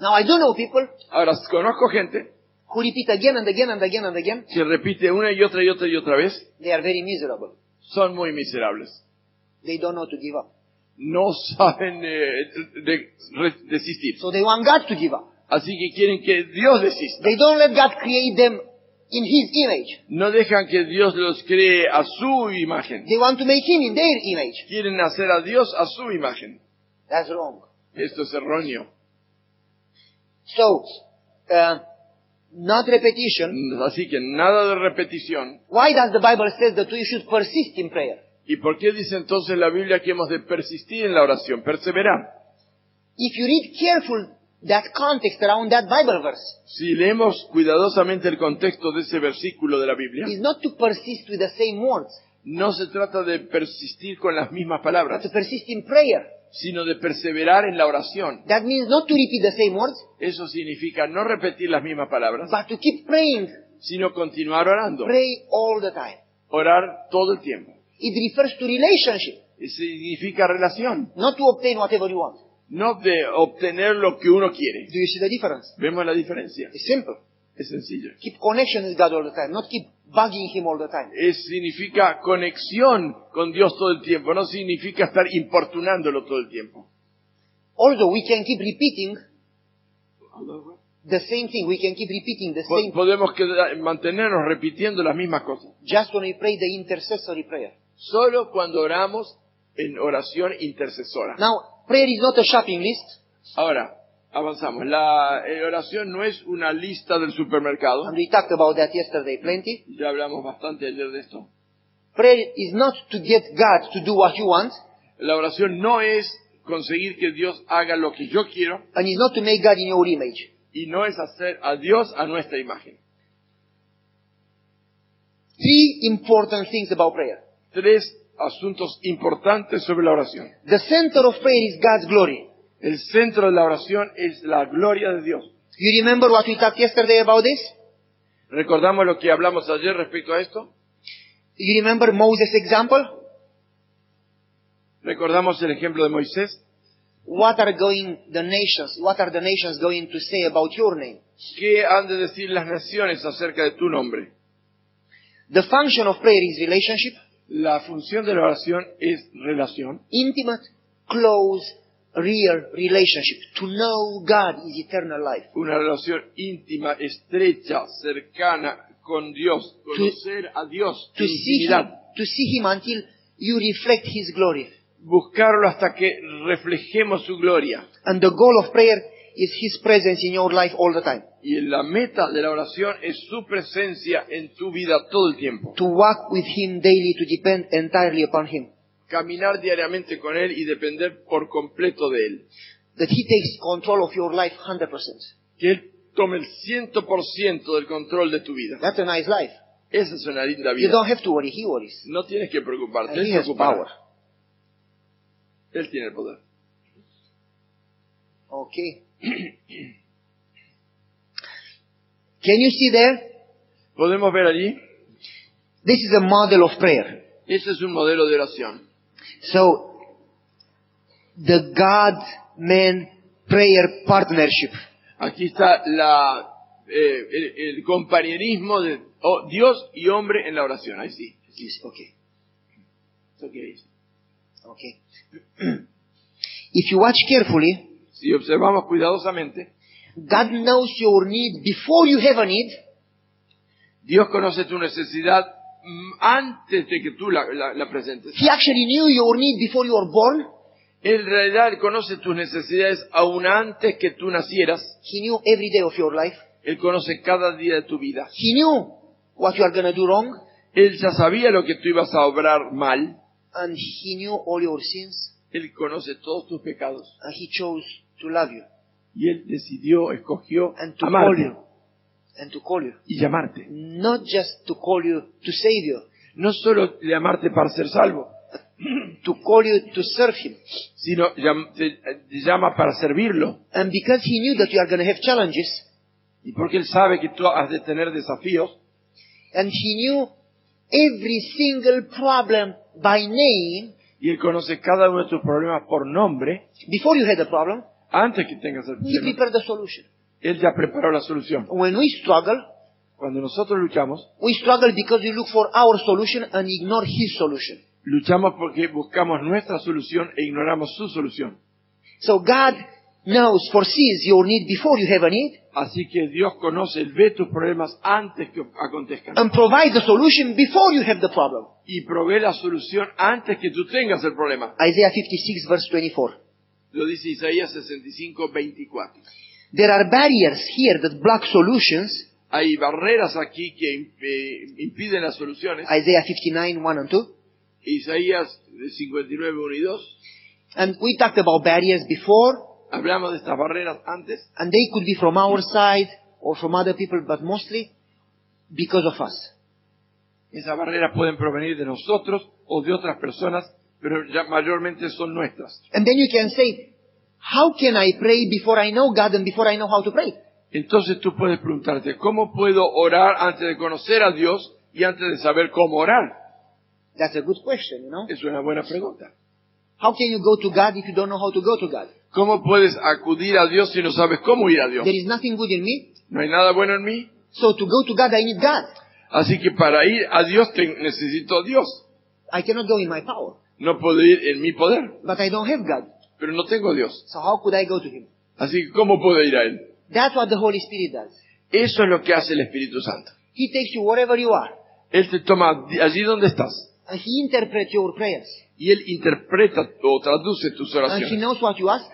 Speaker 2: Now I do know people
Speaker 3: Ahora, conozco gente
Speaker 2: who repeat again and again and again and again.
Speaker 3: que repite una y otra y otra y otra vez.
Speaker 2: They are very miserable.
Speaker 3: Son muy miserables.
Speaker 2: They don't know to give up.
Speaker 3: No saben eh, de- re- desistir.
Speaker 2: So they want God to give up.
Speaker 3: Así que quieren que Dios desista.
Speaker 2: They don't let God create them in His image.
Speaker 3: No dejan que Dios los cree a su imagen.
Speaker 2: They want to make Him in their image.
Speaker 3: Quieren hacer a Dios a su imagen.
Speaker 2: That's wrong.
Speaker 3: Esto es erróneo.
Speaker 2: So, uh, not repetition.
Speaker 3: Así que nada de repetición.
Speaker 2: Why does the Bible says that we should persist in prayer?
Speaker 3: ¿Y por qué dice entonces la Biblia que hemos de persistir en la oración? Perseverar.
Speaker 2: If you read careful that context around that Bible verse,
Speaker 3: Si leemos cuidadosamente el contexto de ese versículo de la Biblia,
Speaker 2: it's not to persist with the same words,
Speaker 3: no se trata de persistir con las mismas
Speaker 2: but to
Speaker 3: palabras,
Speaker 2: persist in prayer.
Speaker 3: sino de perseverar en la oración.
Speaker 2: That means not to repeat the same words,
Speaker 3: Eso significa no repetir las mismas palabras,
Speaker 2: but to keep praying.
Speaker 3: sino continuar orando.
Speaker 2: Pray all the time.
Speaker 3: Orar todo el tiempo.
Speaker 2: It refers to relationship,
Speaker 3: Y Significa relación,
Speaker 2: not to obtain whatever you want.
Speaker 3: no de obtener lo que uno quiere.
Speaker 2: Do you see the difference?
Speaker 3: Vemos la diferencia.
Speaker 2: It's simple.
Speaker 3: Es sencillo.
Speaker 2: Keep connection with God all the time, not keep bugging Him all the time.
Speaker 3: Es- significa conexión con Dios todo el tiempo, no significa estar importunándolo todo el tiempo.
Speaker 2: Although we can keep repeating the same thing, we can keep repeating the
Speaker 3: Po-
Speaker 2: same
Speaker 3: podemos queda- mantenernos repitiendo las mismas cosas.
Speaker 2: just when we pray the intercessory prayer.
Speaker 3: Solo cuando oramos en oración intercesora.
Speaker 2: Now, prayer is not a shopping list,
Speaker 3: Ahora, avanzamos. La eh, oración no es una lista del supermercado.
Speaker 2: and we talked about that yesterday plenty.
Speaker 3: Ya hablamos bastante ayer de esto.
Speaker 2: Prayer is not to get God to do what you want,
Speaker 3: La oración no es conseguir que Dios haga lo que yo quiero
Speaker 2: and it's not to make God in your image.
Speaker 3: y no es hacer a Dios a nuestra imagen.
Speaker 2: Three important things about prayer.
Speaker 3: Tres asuntos importantes sobre la oración.
Speaker 2: The center of prayer is God's glory.
Speaker 3: El centro de la oración es la gloria de Dios.
Speaker 2: You remember what we talked yesterday about this?
Speaker 3: ¿Recordamos lo que hablamos ayer respecto a esto?
Speaker 2: You remember Moses' example?
Speaker 3: ¿Recordamos el ejemplo de Moisés?
Speaker 2: What are going the nations? What are the nations going to say about your name?
Speaker 3: ¿Qué han de decir las naciones acerca de tu nombre?
Speaker 2: The function of prayer is relationship,
Speaker 3: La función de la oración es relación,
Speaker 2: intimate, close, real relationship. To know God is eternal life.
Speaker 3: una relación íntima, estrecha, cercana con Dios, conocer a Dios,
Speaker 2: To
Speaker 3: en
Speaker 2: see Him,
Speaker 3: intimidad,
Speaker 2: to see Him until you reflect His glory.
Speaker 3: buscarlo hasta que reflejemos su gloria.
Speaker 2: And the goal of prayer is His presence in your life all the time.
Speaker 3: Y la meta de la oración es su presencia en tu vida todo el tiempo.
Speaker 2: To walk with Him daily, to depend entirely upon Him.
Speaker 3: caminar diariamente con Él y depender por completo de Él.
Speaker 2: That He takes control of your life 100%.
Speaker 3: Que Él tome el ciento por ciento del control de tu vida.
Speaker 2: That's a nice life.
Speaker 3: Esa es una linda
Speaker 2: You
Speaker 3: vida.
Speaker 2: don't have to worry, he worries.
Speaker 3: No tienes que preocuparte.
Speaker 2: And
Speaker 3: Él
Speaker 2: he
Speaker 3: se
Speaker 2: has
Speaker 3: ocupará.
Speaker 2: power.
Speaker 3: Él tiene el poder.
Speaker 2: Okay. Can you see there?
Speaker 3: Podemos ver allí.
Speaker 2: This is a model of prayer.
Speaker 3: Ese es un modelo de oración.
Speaker 2: So, the God-man prayer partnership.
Speaker 3: Aquí está la, eh, el, el compañerismo de oh, Dios y hombre en la oración. Ahí sí.
Speaker 2: Yes, okay,
Speaker 3: It's okay.
Speaker 2: okay. if you watch carefully,
Speaker 3: Si observamos cuidadosamente,
Speaker 2: God knows your need before you have a need,
Speaker 3: Dios conoce tu necesidad mm, antes de que tú la, la- la presentes.
Speaker 2: He actually knew your need before you were born.
Speaker 3: En realidad, Él conoce tus necesidades aún antes que tú nacieras.
Speaker 2: He knew every day of your life.
Speaker 3: Él conoce cada día de tu vida.
Speaker 2: He knew what you are going to do wrong,
Speaker 3: Él ya sabía lo que tú ibas a obrar mal.
Speaker 2: and He knew all your sins,
Speaker 3: Él conoce todos tus pecados.
Speaker 2: and He chose to love you
Speaker 3: Y Él decidió, escogió
Speaker 2: and to call
Speaker 3: amarte
Speaker 2: you and to call you,
Speaker 3: y llamarte.
Speaker 2: not just to call you to save you,
Speaker 3: No solo de amarte para ser salvo,
Speaker 2: to call you to serve Him.
Speaker 3: sino llam- te, te llama para servirlo.
Speaker 2: And because He knew that you are going to have challenges,
Speaker 3: Y porque Él sabe que tú has de tener desafíos,
Speaker 2: and He knew every single problem by name
Speaker 3: y Él conoce cada uno de tus problemas por nombre,
Speaker 2: before you had a problem,
Speaker 3: antes que tengas el
Speaker 2: He
Speaker 3: problema.
Speaker 2: prepared the solution.
Speaker 3: Él ya preparó la solución.
Speaker 2: When we struggle,
Speaker 3: Cuando nosotros luchamos,
Speaker 2: We struggle because we look for our solution and ignore his solution.
Speaker 3: luchamos porque buscamos nuestra solución e ignoramos su solución.
Speaker 2: So God knows, foresees your need before you have a need
Speaker 3: Así que Dios conoce, Él ve tus problemas antes que acontezcan.
Speaker 2: and provides the solution before you have the problem.
Speaker 3: y provee la solución antes que tú tengas el problema.
Speaker 2: Isaiah 56 verse 24.
Speaker 3: Lo dice Isaías 65, 24.
Speaker 2: There are barriers here that block solutions.
Speaker 3: Hay barreras aquí que eh, impiden las soluciones.
Speaker 2: Isaiah 59 1 and 2.
Speaker 3: Isaías 59, 1 y 2.
Speaker 2: And we talked about barriers before
Speaker 3: Hablamos de estas barreras antes.
Speaker 2: and they could be from our side or from other people but mostly because of us.
Speaker 3: Esas barreras pueden provenir de nosotros o de otras personas, pero ya mayormente son nuestras.
Speaker 2: And then you can say, how can I pray before I know God and before I know how to pray?
Speaker 3: Entonces tú puedes preguntarte, ¿cómo puedo orar antes de conocer a Dios y antes de saber cómo orar?
Speaker 2: That's a good question, you know.
Speaker 3: Es una buena pregunta.
Speaker 2: How can you go to God if you don't know how to go to God?
Speaker 3: ¿Cómo puedes acudir a Dios si no sabes cómo ir a Dios?
Speaker 2: There is nothing good in me,
Speaker 3: No hay nada bueno en mí.
Speaker 2: so to go to God I need God.
Speaker 3: Así que para ir a Dios te- necesito a Dios.
Speaker 2: I cannot go in my power,
Speaker 3: No puedo ir en mi poder,
Speaker 2: but I don't have God.
Speaker 3: pero no tengo a Dios.
Speaker 2: So how could I go to Him?
Speaker 3: Así que ¿cómo puedo ir a Él?
Speaker 2: That's what the Holy Spirit does.
Speaker 3: Eso es lo que hace el Espíritu Santo.
Speaker 2: He takes you wherever you are,
Speaker 3: Él te toma di- allí donde estás
Speaker 2: and He interprets your prayers,
Speaker 3: y Él interpreta o traduce tus
Speaker 2: and He
Speaker 3: oraciones.
Speaker 2: knows what you ask,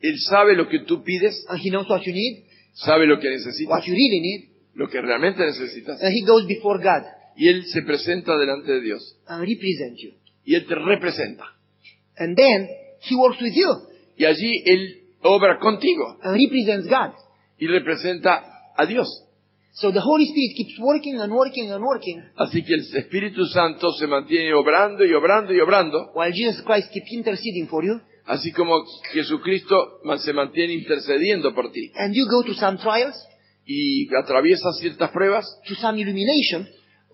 Speaker 3: Él sabe lo que tú pides,
Speaker 2: and He knows what you need,
Speaker 3: sabe lo que necesitas,
Speaker 2: what you really need,
Speaker 3: lo que realmente necesitas.
Speaker 2: and Uh, He goes before God
Speaker 3: Y Él se presenta delante de Dios
Speaker 2: and represents you.
Speaker 3: y Él te representa.
Speaker 2: And then He works with you
Speaker 3: Y allí Él obra contigo
Speaker 2: and represents God.
Speaker 3: y representa a Dios.
Speaker 2: So the Holy Spirit keeps working and working and working
Speaker 3: Así que el Espíritu Santo se mantiene obrando y obrando y obrando,
Speaker 2: while Jesus Christ keeps interceding for you,
Speaker 3: así como Jesucristo ma- se mantiene intercediendo por ti
Speaker 2: and you go to some trials,
Speaker 3: y atraviesa ciertas pruebas,
Speaker 2: to some illumination,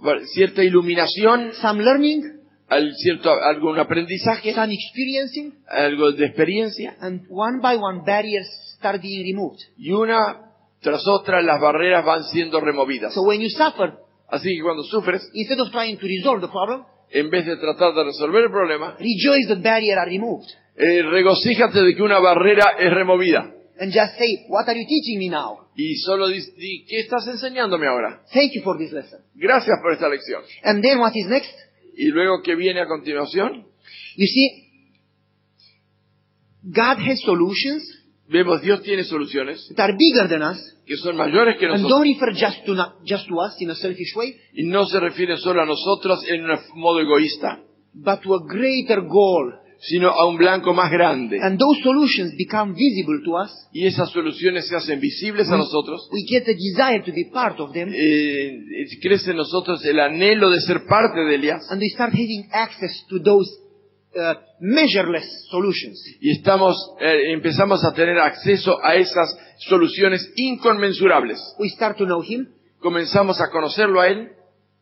Speaker 3: va- cierta iluminación,
Speaker 2: some learning,
Speaker 3: al- cierto, algún aprendizaje,
Speaker 2: some experiencing,
Speaker 3: algo de experiencia
Speaker 2: and one by one barriers start being removed.
Speaker 3: y una tras otra las barreras van siendo removidas.
Speaker 2: So when you suffer,
Speaker 3: Así que cuando sufres,
Speaker 2: instead of trying to resolve the problem,
Speaker 3: en vez de tratar de resolver el problema,
Speaker 2: rejoice that barrier are removed.
Speaker 3: eh, regocíjate de que una barrera es removida
Speaker 2: And just say, what are you teaching me now?
Speaker 3: y solo dices, "Di, ¿qué estás enseñándome ahora?
Speaker 2: Thank you for this lesson.
Speaker 3: Gracias por esta lección.
Speaker 2: And then what is next?
Speaker 3: Y luego que viene a continuación,
Speaker 2: You see, God has solutions
Speaker 3: vemos Dios tiene soluciones
Speaker 2: that are bigger than us,
Speaker 3: que son mayores que
Speaker 2: and don't
Speaker 3: nosotros
Speaker 2: refer just to, not, just to us in a selfish way,
Speaker 3: y no se refieren solo a nosotros en un modo egoísta,
Speaker 2: but to a greater goal
Speaker 3: sino a un blanco más grande.
Speaker 2: And those solutions become visible to us.
Speaker 3: Y esas soluciones se hacen visibles a nosotros.
Speaker 2: We get a desire to be part of them.
Speaker 3: Eh, eh, crece en nosotros el anhelo de ser parte de Elías.
Speaker 2: And we start having access to those uh, measureless solutions.
Speaker 3: Y estamos, eh, empezamos a tener acceso a esas soluciones inconmensurables.
Speaker 2: We start to know Him.
Speaker 3: Comenzamos a conocerlo a Él,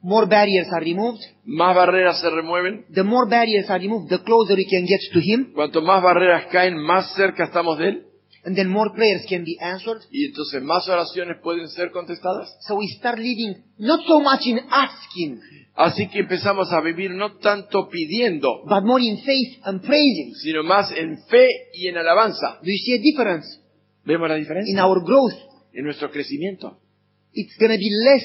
Speaker 2: More barriers are removed.
Speaker 3: más barreras se remueven.
Speaker 2: The more barriers are removed, the closer we can get to Him.
Speaker 3: Cuanto más barreras caen, más cerca estamos de Él.
Speaker 2: And then more prayers can be answered.
Speaker 3: Y entonces más oraciones pueden ser contestadas.
Speaker 2: So we start living not so much in asking,
Speaker 3: Así que empezamos a vivir no tanto pidiendo,
Speaker 2: but more in faith and praising.
Speaker 3: sino más en fe y en alabanza.
Speaker 2: Do you see a difference
Speaker 3: ¿Vemos la
Speaker 2: in
Speaker 3: diferencia?
Speaker 2: our growth?
Speaker 3: En nuestro crecimiento.
Speaker 2: It's going to be less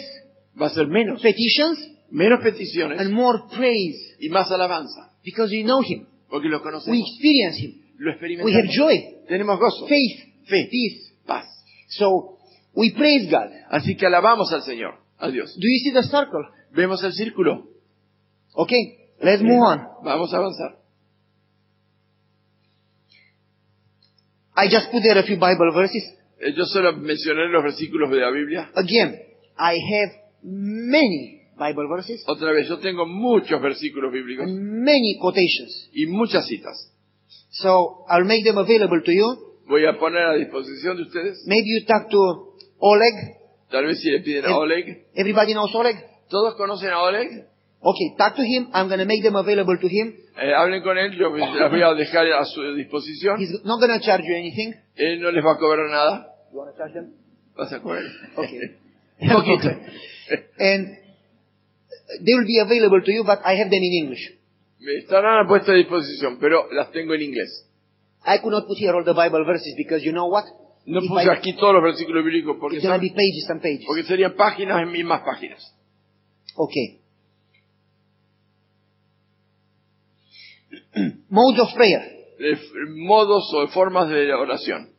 Speaker 3: Va a ser menos.
Speaker 2: petitions
Speaker 3: Menos peticiones
Speaker 2: and more praise
Speaker 3: y más alabanza.
Speaker 2: because we know Him.
Speaker 3: Porque lo
Speaker 2: We
Speaker 3: conocemos,
Speaker 2: experience Him.
Speaker 3: lo
Speaker 2: We have
Speaker 3: experimentamos.
Speaker 2: joy,
Speaker 3: Tenemos gozo,
Speaker 2: faith,
Speaker 3: Faith.
Speaker 2: peace.
Speaker 3: paz.
Speaker 2: So we praise God.
Speaker 3: Así que alabamos al Señor, a Dios.
Speaker 2: Do you see the circle?
Speaker 3: Vemos el círculo.
Speaker 2: Okay, let's move on.
Speaker 3: Vamos a avanzar.
Speaker 2: I just put there a few Bible verses.
Speaker 3: Eh, Yo solo mencioné los versículos de la Biblia.
Speaker 2: Again, I have many Bible verses
Speaker 3: Otra vez, yo tengo muchos versículos bíblicos
Speaker 2: and many quotations.
Speaker 3: y muchas citas.
Speaker 2: So I'll make them available to you.
Speaker 3: Voy a poner a disposición de ustedes.
Speaker 2: Maybe you talk to Oleg.
Speaker 3: Tal vez si le piden a Oleg.
Speaker 2: Everybody knows Oleg?
Speaker 3: ¿Todos conocen a Oleg?
Speaker 2: Okay, talk to him. I'm going to make them available to him.
Speaker 3: Eh, hablen con él, yo las voy a dejar a su disposición.
Speaker 2: He's not going to charge you anything.
Speaker 3: Él no les va a cobrar nada.
Speaker 2: You want to charge them?
Speaker 3: Vas a cobrar.
Speaker 2: Okay.
Speaker 3: Un poquito.
Speaker 2: and they will be available to you, but I have them in English.
Speaker 3: Me estarán puestas a disposición, pero las tengo en inglés.
Speaker 2: I could not put here all the Bible verses because you know what?
Speaker 3: No
Speaker 2: If
Speaker 3: puse
Speaker 2: I-
Speaker 3: aquí todos los versículos bíblicos porque,
Speaker 2: It's going to be
Speaker 3: son-
Speaker 2: pages and pages.
Speaker 3: porque serían páginas en mismas páginas.
Speaker 2: Okay. Modes of prayer.
Speaker 3: De f- modos o formas de oración.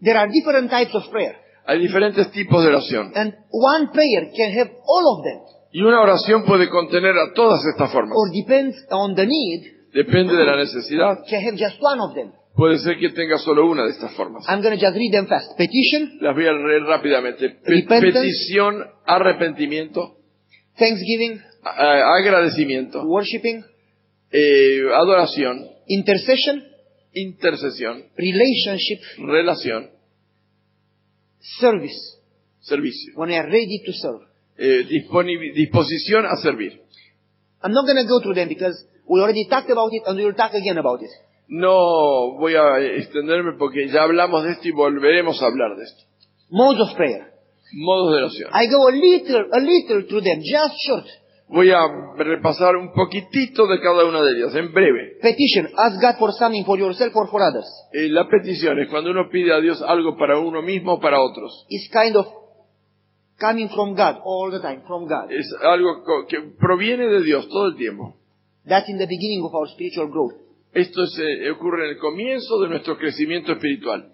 Speaker 2: There are different types of prayer.
Speaker 3: Hay diferentes tipos de oración.
Speaker 2: And one prayer can have all of them.
Speaker 3: Y una oración puede contener a todas estas formas.
Speaker 2: Or depends on the need,
Speaker 3: Depende de la necesidad.
Speaker 2: can have just one of them.
Speaker 3: Puede ser que tenga solo una de estas formas.
Speaker 2: I'm going to just read them fast. Petition,
Speaker 3: Las voy a leer rápidamente. Pe-
Speaker 2: Repentance.
Speaker 3: petición, arrepentimiento,
Speaker 2: thanksgiving,
Speaker 3: a- agradecimiento,
Speaker 2: worshiping,
Speaker 3: eh, adoración,
Speaker 2: intercession,
Speaker 3: intercesión,
Speaker 2: relationship,
Speaker 3: relación,
Speaker 2: service.
Speaker 3: servicio.
Speaker 2: When we are ready to serve.
Speaker 3: Eh, disponi- disposición a servir.
Speaker 2: I'm not going to go through them because we already talked about it and we will talk again about it.
Speaker 3: No voy a extenderme porque ya hablamos de esto y volveremos a hablar de esto.
Speaker 2: Modes of prayer.
Speaker 3: Modos de oración.
Speaker 2: I go a little, a little through them, just short.
Speaker 3: Voy a repasar un poquitito de cada una de ellas, en breve.
Speaker 2: Petition, ask God for something for yourself or for others.
Speaker 3: Eh, la petición es cuando uno pide a Dios algo para uno mismo o para otros.
Speaker 2: It's kind of coming from God all the time, from God.
Speaker 3: Es algo co- que proviene de Dios todo el tiempo.
Speaker 2: That's in the beginning of our spiritual growth.
Speaker 3: Esto se ocurre en el comienzo de nuestro crecimiento espiritual.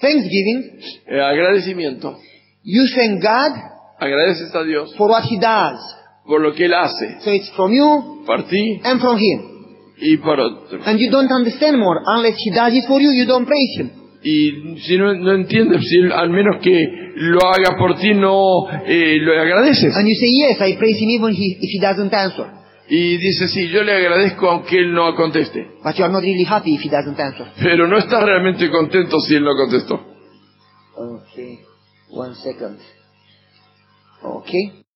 Speaker 2: Thanksgiving,
Speaker 3: Eh, agradecimiento.
Speaker 2: you thank God
Speaker 3: Agradeces a Dios
Speaker 2: for what He does.
Speaker 3: por lo que Él hace,
Speaker 2: So it's from you
Speaker 3: por ti
Speaker 2: and from Him.
Speaker 3: y por otros.
Speaker 2: And you don't understand more. Unless He does it for you, you don't praise Him.
Speaker 3: Y si no, no entiendes, si él- al menos que lo haga por ti, no eh, lo agradeces.
Speaker 2: And you say, yes, I praise Him even he, if He doesn't answer.
Speaker 3: Y dices, sí, yo le agradezco aunque Él no conteste.
Speaker 2: But you are not really happy if He doesn't answer.
Speaker 3: Pero no estás realmente contento si Él no contestó.
Speaker 2: Okay, one second. Okay.